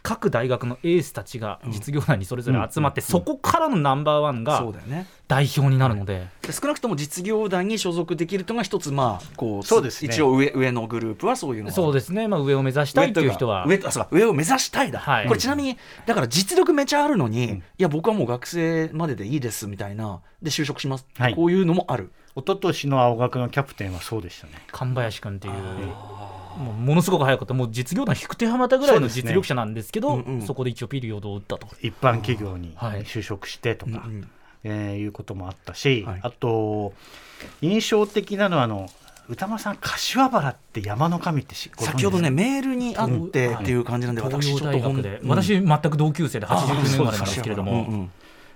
C: 各大学のエースたちが実業団にそれぞれ集まって、そこからのナンバーワンが
B: そうだよね
C: 代表になるので。
B: で少なくとも実業団に所属できるというのが一つまあこう
D: そうですね
B: 一応上上のグループはそういうのが
C: そうですね、まあ、上を目指したいっていう人は
B: 上とか上あそうか上を目指したいだ、
C: はい
B: これちなみにだから実力めちゃあるのに、
D: うん
B: いや僕はもう学生まででいいですみたいなで就職します、
D: はい
B: こういうのもある
D: 一昨年の青学のキャプテンはそうでしたね。
C: 神林君っていうもうものすごく速かったもう実業団引く手はまたぐらいの実力者なんですけどそ
B: そうですねうんうん
C: こで一応ピリオドを打ったと。
D: 一般企業に
C: はい
D: 就職してとか、
B: うん
D: えーいうこともあったし、
B: はい
D: あと印象的なのはあの歌丸さん柏原って山の神ってしご存知
B: 先ほどね
D: です
B: メールにあってっていう感じなんで、
C: 東
B: 私
C: 洋
B: ちょっと
C: 大
B: 本
C: 学で、
B: うん
C: 私全く同級生で
B: あ
C: 89年生まれ
B: そう
C: なんですけれど
B: うんう
C: も、
B: ん
D: か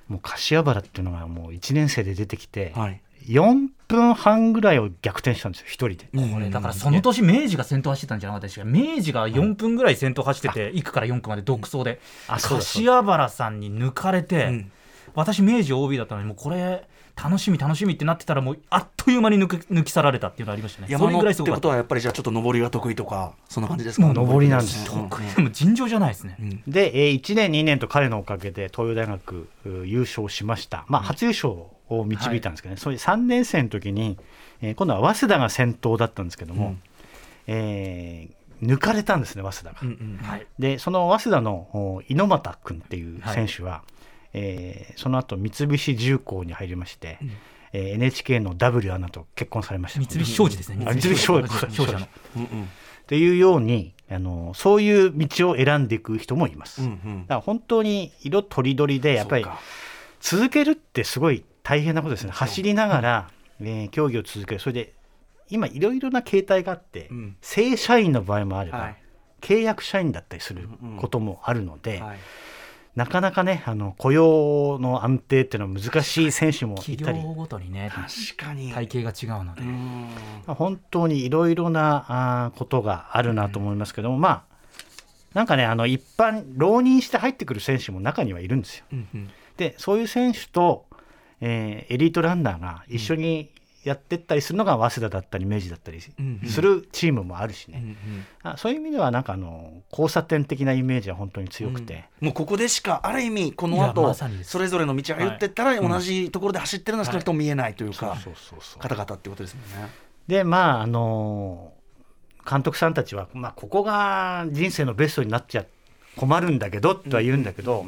D: もう柏原っていうのがもう1年生で出てきて、
B: はい
D: 4分半ぐらいを逆転したんですよ一人で、
B: うん
C: これだからその年明治が先頭走ってたんじゃなかったですか明治が4分ぐらい先頭走ってて1区から4区まで独走で
D: あそうだそう
C: 柏原さんに抜かれ
B: う
C: て
B: ん
C: 私明治 OB だったのにもうこれ楽しみ楽しみってなってたらもうあっという間に抜く抜き去られたっていうのありましたねそ
B: 山
C: れ
B: の
C: ぐらい
B: っ
C: す
B: て
C: ごか
B: こ
C: っ
B: と
C: た
B: はやっぱりじゃあちょっと上りが得意とかそんな感じですか、
D: もう上りなんです
B: うん
C: でも尋常じゃないですね
B: うんうん
D: で、えー1年2年と彼のおかげで東洋大学うー優勝しました、まあ、初優勝を導いたんですけどね、それ3年生の時に、えー今度は早稲田が先頭だったんですけども、えー抜かれたんですね早稲田が。
B: うんうん
C: はい
D: でその早稲田のお猪俣君っていう選手は、えーその後三菱重工に入りまして、えー NHK の W アナと結婚されました
C: 三菱商事ですね
D: あ三菱商事
C: 商事商事の
B: うんうん
D: というようにあのそういう道を選んでいく人もいます、
B: うんう
D: だ
B: ん
D: から本当に色とりどりでやっぱり
B: そうか
D: 続けるってすごい大変なことですね走りながら、えー競技を続けるそれで今いろいろな形態があって、
B: うん
D: 正社員の場合もあれば、
B: はい
D: 契約社員だったりすることもあるので、
B: はい
D: なかなかねあの雇用の安定っていうのは難しい選手もい
C: 企
D: たり
C: 業ごとにね
B: 確かに
C: 体型が違うので、
D: 本当にいろいろなあーことがあるなと思いますけども、まあなんかねあの一般浪人して入ってくる選手も中にはいるんですよ。
B: うんうん
D: でそういう選手と、えーエリートランナーが一緒にやってったりするのが早稲田だったり明治だったり
B: うんうん
D: するチームもあるし
B: うんう
D: ね、
B: ん
D: あそういう意味ではなんかあの交差点的なイメージは本当に強くて、
B: もうここでしかある意味この
C: いや
B: 後
C: まさにです
B: それぞれの道歩ってったら同じところで走ってるのは少なくとも見えないというか
D: そうそうそう
B: 方々ってことですもんね。
D: でまああの監督さんたちは、まあ、ここが人生のベストになっちゃ困るんだけどとは言うんだけど、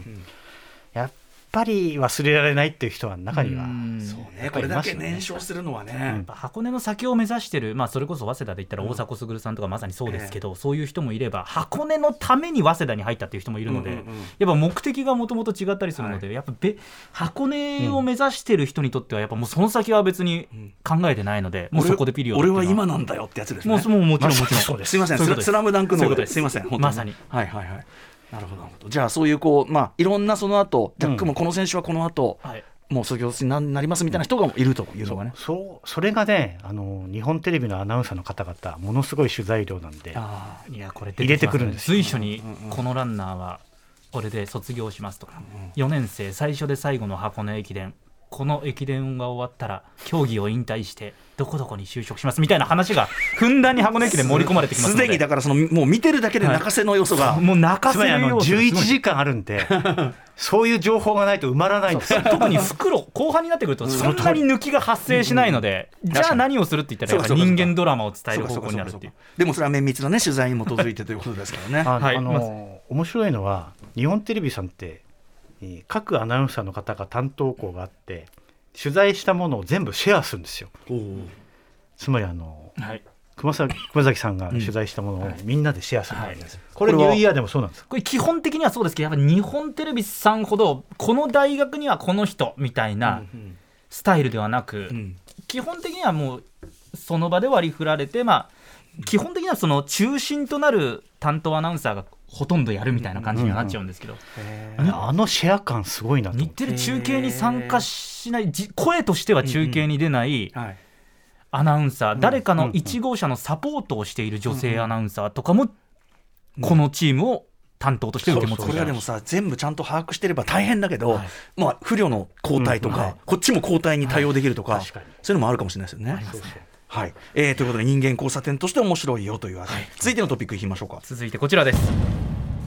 D: やっぱり忘れられないっていう人は中には、
C: うん
B: そう
D: や
B: ね
D: っ
B: こ
D: ぱ
B: れ
D: りい
B: だ
D: ます
B: け
D: よね
B: 燃焼するのは
D: う
B: ね
D: ん。
C: 箱根の先を目指してる、まあ、それこそ早稲田で言ったら大迫傑さんとかまさにそうですけど、そういう人もいれば箱根のために早稲田に入ったっていう人もいるので、
B: うんうんうん
C: やっぱ目的がもともと違ったりするので、やっぱべ箱根を目指してる人にとってはやっぱもうその先は別に考えてないので、もうそこでピリオドって
B: 俺
C: いうの
B: は今なんだよってやつですね。
C: もうそうもうもちろんもちろん
B: そうです。すいません。
C: そうい
B: ス
C: うこと
B: ラ
C: です
B: スラムダンクの
C: そうい
B: こ
C: うことと
B: で。
C: ですす
B: すいません。本当
C: まさに
B: はいはいはい。なるほどなるほど。じゃあそういうこうまあいろんなその後じゃあ
D: うん
B: もうこの選手はこの後
C: はい
B: もう卒業にななりますみたいな人がもういるというのがね。
D: そうそれがねあの日本テレビのアナウンサーの方々ものすごい取材量なんで
B: あ
C: いやこれ
D: 入れてくるんですよ
C: 随所にこのランナーはこれで卒業しますとか、4年生最初で最後の箱根駅伝この駅伝が終わったら競技を引退してどこどこに就職しますみたいな話がふんだんに箱根駅伝盛り込まれてき
B: あ。
C: ます
B: す
C: ので
B: でにだからそのもう見てるだけで泣かせの要素が。
C: もう泣か
D: つ
C: せ
D: まりあ
C: るよ
D: の
C: う
D: 11時間あるん でそういう情報がないと埋まらないんですよ。
C: 特に袋 後半になってくるとそんなに抜きが発生しないので、じゃあ何をするって言ったらやっぱり人間ドラマを伝
B: そ
C: え
B: う
C: る
B: かそ
C: 方
B: うか
C: 向
B: そ
C: に
B: うか
C: なるっ
B: そう
C: てい
B: か
C: う。
B: でもそれは綿密なね取材に基づいてということですからね。
D: あ
C: はい
D: あ
C: ま
D: の面白いのは日本テレビさんってえー各アナウンサーの方が担当校があって取材したものを全部シェアするんですよ。つまりあの
C: はい
D: 熊崎熊崎さんが取材したものをみんなでシェアするわけです、これ
B: こ
D: ニ
B: れは
D: ューイヤーでもそうなんです
C: これ基本的にはそうですけどやっぱ日本テレビさんほどこの大学にはこの人みたいなスタイルではなく、
B: ん
C: 基本的にはもうその場で割り振られてまあ基本的にはその中心となる担当アナウンサーがほとんどやるみたいな感じにはなっちゃうんですけど、
D: いやあのシェア感すごいなと思っ
C: 日
D: て
C: テレ中継に参加しないじ声としては中継に出ない
B: はい。
C: アナウンサー、誰かの1号車のサポートをしている女性アナウンサーとかもこのチームを担当として受け持つ
B: こ
C: み
B: れ
C: た
B: はいで
C: な
B: もさ全部ちゃんと把握してれば大変だけど、まあ、不慮の交代とか、こっちも交代に対応できるとか,、
D: はい確かに
B: そういうのもあるかもしれないですよね。はいえーということで人間交差点として面白いよというわけ、続いてのトピックいきましょうか。
C: 続いてこちらです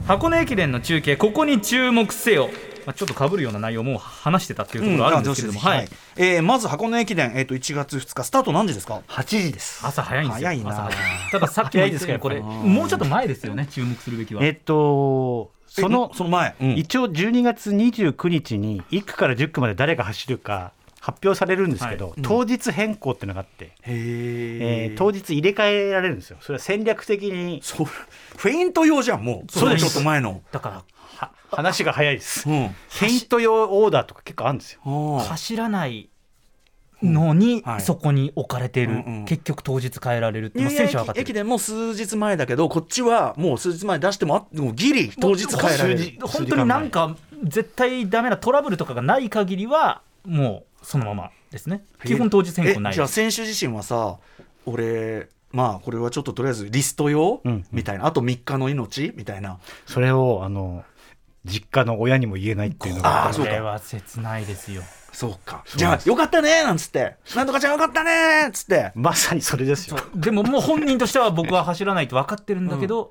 C: 箱根駅伝の中継ここに注目せよ、まあ、ちょっとかぶるような内容も話してたっていうところあるんですけれども、
B: うんあ
C: は
B: どう
C: い
B: しようはいえーまず箱根駅伝、えー、と1月2日スタート何時ですか
D: 8時です
C: 朝早いんですよ
B: 早いな
C: 朝早たださっきも言ったようにこれもうちょっと前ですよね注目するべきは
D: えっと
B: え
D: その
B: その前、うん
D: 一応12月29日に1区から10区まで誰が走るか発表されるんですけど、
C: は
D: 当日変更っていうのがあって、
B: へー
D: えー当日入れ替えられるんですよそれは戦略的に
B: そうフェイント用じゃんもう
C: そうです
B: ちょっと前の。
C: だから
D: は話が早いです
B: う
D: フ
B: んあ
D: ェイント用オーダーとか結構あるんですよ
B: ー
C: 走らないのに、
B: はい
C: そこに置かれている、
B: うんうん
C: 結局当日変えられるって、
B: ニ
C: ま
B: ュ
C: あ、
B: ーイヤ
C: 選手は
B: ー
C: 分かっ
B: 駅
C: てる
B: 駅伝も数日前だけどこっちはもう数日前に出してもあもうギリ当日変えられ
D: もう数
B: る
D: 日
C: 本当になんか絶対ダメなトラブルとかがない限りはもうそのままですね基本当日変更ない
B: え
C: です
B: じゃあ選手自身はさ俺まあこれはちょっととりあえずリスト用、
D: うんうん
B: みたいなあと3日の命みたいな
D: それをあの実家の親にも言えないっていうのが
B: あーそう
C: こ
B: か
C: れは切ないですよ
B: そうか
D: う
B: じゃ
D: で
B: あよかったねなんつってなんとかちゃんよかったねっつって
D: まさにそれですよ
C: でももう本人としては僕は走らないと分かってるんだけど、
D: うん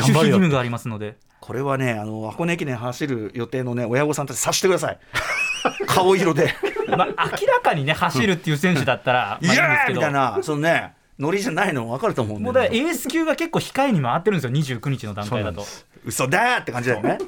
C: 守秘
D: 頑
C: 義
D: 張れよ
C: 務がありますので
B: これはねあの箱根駅伝走る予定のね親御さんたち察してください顔色で
C: まあ、明らかにね走るっていう選手だったら
B: 「イ
C: まあいいんで
B: エ
C: す
B: ーイ!」み
C: けど
B: たいなそのねノリじゃないの分かると思うん
C: もう
B: だ
C: だ
B: よ
C: からエース級が結構控えに回ってるんですよ29日の段階だと
B: 嘘だーって感じだよね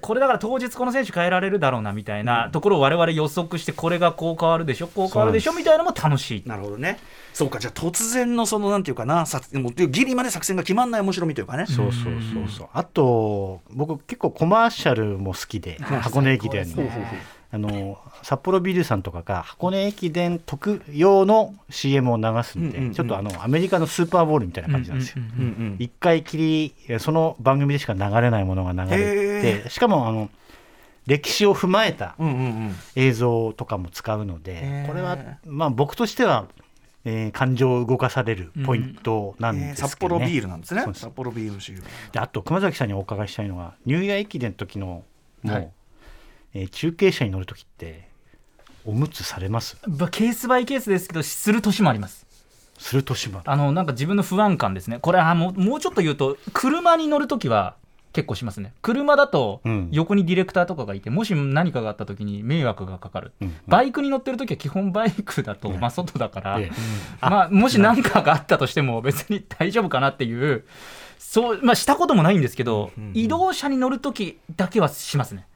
C: これだから当日この選手変えられるだろうなみたいなところを我々予測してこれがこう変わるでしょこう変わるでしょみたいなのも楽しい
B: なるほどね。そうか、じゃあ突然のそのなんていうかな、さもうギリまで作戦が決まんない面白みというかね。
D: そうそうそうそうあと僕結構コマーシャルも好きで箱根駅伝の,、あの札幌ビールさんとかが箱根駅伝特用の CM を流すんで、
B: うんうんうん
D: ちょっとあのアメリカのスーパーボールみたいな感じなんですよ、
C: うんうんうん
B: うんうん
D: 一回きりえその番組でしか流れないものが流れてしかもあの歴史を踏まえた
B: うんうんうん
D: 映像とかも使うので
B: へー
D: これはまあ僕としては、えー感情を動かされるポイントなん
B: えー
D: です
B: 札
D: けど、
B: 幌
D: ね
B: ビールなんですね
D: そう
B: 札幌ビール酒
D: であと熊崎さんにお伺いしたいのはニューイヤー駅伝の時のもう、
C: はい
D: えー中継車に乗る時っておむつされます
C: ばケースバイケースですけどする年もあります
D: する年も
C: あのなんか自分の不安感ですねこれはもうもうちょっと言うと車に乗るときは結構しますね車だと
D: うん
C: 横にディレクターとかがいて、もし何かがあったときに迷惑がかかる、
D: うんうん
C: バイクに乗ってるときは基本バイクだと、
D: うん
C: まあ、外だから、
D: ええ
C: まあ、もし何かがあったとしても別に大丈夫かなっていうそう、まあ、したこともないんですけど、
B: うんうん
C: 移動車に乗るときだけはしますね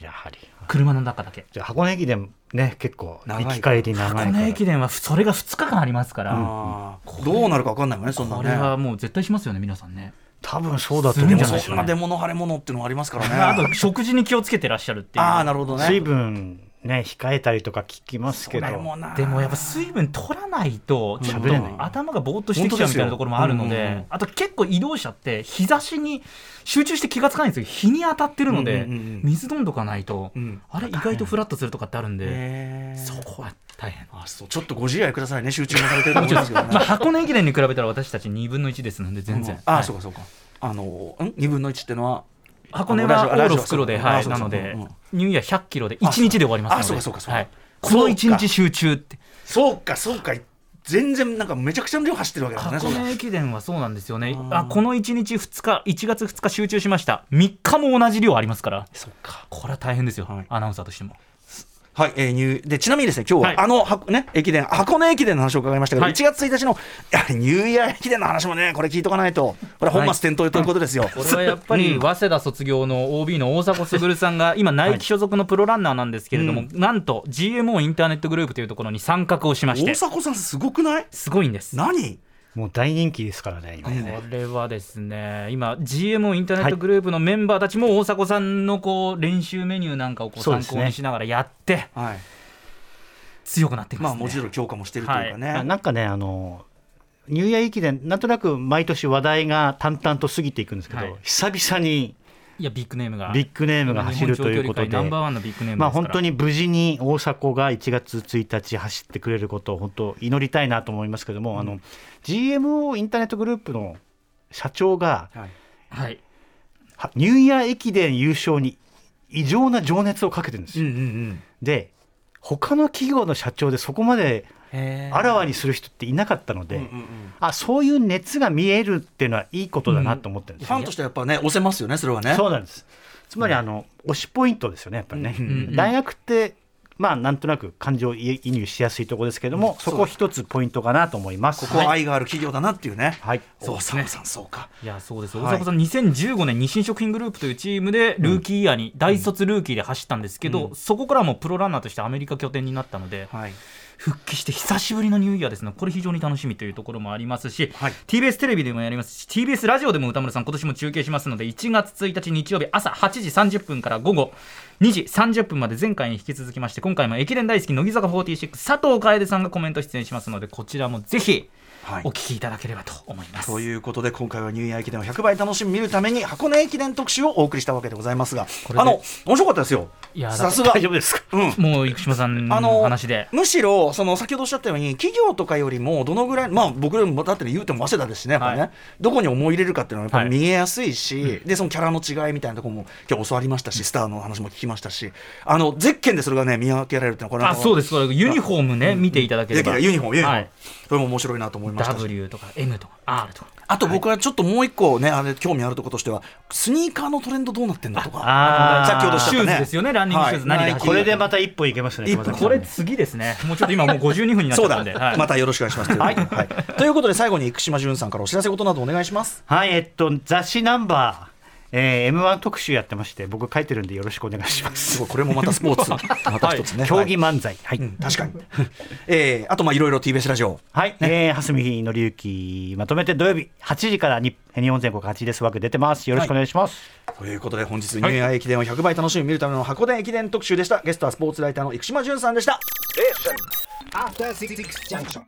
D: やはり
C: 車の中だけ。
D: じゃあ箱根駅伝ね結構
B: 長い
D: 行き帰り長いから
C: 箱根駅伝はそれが2日間ありますから、
B: あーどうなるか分かんないもんねそんな
C: こ
B: ね
C: れはもう絶対しますよね皆さんね。
D: 多分そうだと思うん
B: で
D: で
B: も
D: すよね
B: そんな出物腫れ物っていうのもありますからね
C: あと食事に気をつけてらっしゃるってい う。
B: ああなるほどね
D: 水分ね控えたりとか聞きますけど
B: それもな
C: でもやっぱ水分取らないとちょっと
D: 喋れない
C: 頭がぼーっとしてきちゃうみたいなところもあるの
B: 本当
C: で
B: ですようんうんうん
C: あと結構移動車って日差しに集中して気がつかないんですよ日に当たってるの
B: うん
C: で、
B: うんうんうん
C: 水飲んどかないと、
B: うん
C: あれ意外とフラッとするとかってあるんで、
B: へー
C: そこは大変。
B: あそうちょっとご自愛くださいね集中もされてると思いますけどね、
C: まあ、箱根駅伝に比べたら私たち2分の1ですので全然、
B: あ
C: はい
B: そうかそうかあのん2分の1ってのは
C: 箱根は
B: あのラジオ
C: 往路袋で、
B: ラジオ
C: はい、
B: そう
C: な
B: か
C: ので、
B: うんうん
C: ニューイヤー100キロで1日で終わりますので
B: あそうかそうかそうか
C: はい、この
B: そう
C: 1
B: か
C: 日集中って
B: そうかそうか全然なんかめちゃくちゃの量走ってるわけだね
C: 箱
B: そんな
C: 根駅伝はそうなんですよね
B: ー
C: あこの1日2日1月2日集中しました3日も同じ量ありますから
B: そっか
C: これは大変ですよ、
B: はい
C: アナウンサーとしても
B: はい、えー、ニューでちなみにですね今日は、
C: はい
B: あの箱ね駅伝箱根駅伝の話を伺いましたけど、
C: はい
B: 1月1日のいやニューイヤー駅伝の話もねこれ聞いとかないとこれ本末転倒ということですよ、
C: これはやっぱり早稲田卒業の OB の大迫傑さんが今ナイキ所属のプロランナーなんですけれども、
B: は
C: なんと GMO インターネットグループというところに参画をしまして
B: 大迫さんすごくない
C: すごいんです
B: 何
D: もう大人気ですからね今ね
C: これはですね、今、GMO インターネットグループのメンバーたちも大迫さんのこう練習メニューなんかをこう
D: そう
C: 参
D: ですね
C: 考にしながらやって、
B: はい
C: 強くなっていきま
B: ますあ
C: ね。
B: もちろん強化もしてるというかね、
D: あなんかねあのニューイヤー駅伝なんとなく毎年話題が淡々と過ぎていくんですけど、
C: はい
D: 久々に
C: いや、ビッグネームが、
D: ビッグネームが走るということ
C: 日本長距離界
D: で
C: ナンバーワンのビッグネームですから、
D: まあ本当に無事に大迫が1月1日走ってくれることを本当祈りたいなと思いますけども、あの GMO インターネットグループの社長が
B: はい、
C: はい、
D: はニューイヤー駅伝優勝に異常な情熱をかけてるんです
B: うん
D: よ。
B: うんうん
D: で他の企業の社長でそこまで
B: へー
D: あらわにする人っていなかったので、
B: うんうんうん
D: あそういう熱が見えるっていうのはいいことだなと思ってるんです
B: ファ
D: よ、
B: ンとしてはやっぱね押せますよねそれはね
D: そうなんですつまりあの、推しポイントですよねやっぱりね、
B: うん
C: うん
D: 大学ってまあなんとなく感情移入しやすいところですけども、そこ一つポイントかなと思います
B: ここは
D: はい、
B: 愛がある企業だなっていうね、
D: はい
B: 大迫さんそうか
C: いやそうです、
B: はい
C: 大迫さん、2015年、日清食品グループというチームでルーキーイヤーに、大卒ルーキーで走ったんですけど、
B: うん
C: そこからもうプロランナーとしてアメリカ拠点になったので、
B: はい
C: 復帰して久しぶりのニューイヤーですね、これ非常に楽しみというところもありますし、
B: はい
C: TBS テレビでもやりますし、TBS ラジオでも歌丸さん、今年も中継しますので、1月1日日曜日朝8時30分から午後2時30分まで、前回に引き続きまして、今回も駅伝大好き、乃木坂46、佐藤楓さんがコメント出演しますので、こちらもぜひ
B: はい
C: お聞きいただければと思います。
B: ということで今回はニューイヤー駅伝を100倍楽しみ見るために箱根駅伝特集をお送りしたわけでございますが
C: これ
B: あ
C: で
B: の面白かったですよ
C: いやだ
B: さすが
D: 大丈夫ですか
B: うん
C: もう生島さんの
B: あの
C: 話で、
B: むしろその先ほどおっしゃったように企業とかよりもどのぐらい、まあ、僕らもだってね言うても早稲田ですしねやっぱね、
C: はい
B: どこに思い入れるかっていうのはやっぱ
C: は
B: り見えやすいし、でそのキャラの違いみたいなところも今日教わりましたし、スターの話も聞きましたしあのゼッケンでそれがね見分けられるっていうのはこれ
C: あそう
B: で
C: です、これユニフォームね、見ていただければ、
B: ユニフォームユニフォーム、
C: はい
B: それも面白いなと思いましたし
C: W とか M とか R とか。
B: あと僕はちょっともう一個ね、あれ興味あるところとしては、スニーカーのトレンドどうなってんだとか、
D: あー
B: さっきほどおっしゃ
C: シ
B: っ
C: ュ
B: た
C: ーズ
B: ね
C: ですよね、ランニングシューズ、
B: はい
C: 何で走る
D: これでまた一歩いけますね
B: 一歩
D: 熊崎さ
C: こ
D: んね
C: れ次ですね、もうちょっと今、もう50分になっ
B: そ
C: ちゃ
B: う
C: った
B: だ、
C: んで、はい
B: またよろしくお願いします。はい、はい、ということで、最後に生島淳さんからお知らせ事などお願いします。
D: はいえっと雑誌ナンバーえー、M1 特集やってまして僕書いてるんでよろしくお願いします
B: すごい、これもまたスポ ーツ、また一つね。
D: 競技
B: はい
D: 漫才はい、
B: うん確かに。えーあと、まあ、いろいろ TBS ラジオ。
D: はい、えー、蓮見紀之まとめて土曜日8時からに日本全国8時です枠出てます。よろしくお願いします。
B: ということで、本日、ニューイヤー駅伝を100倍楽しみに見るための箱根駅伝特集でした。ゲストはスポーツライターの生島淳さんでした。
E: After Six Junction.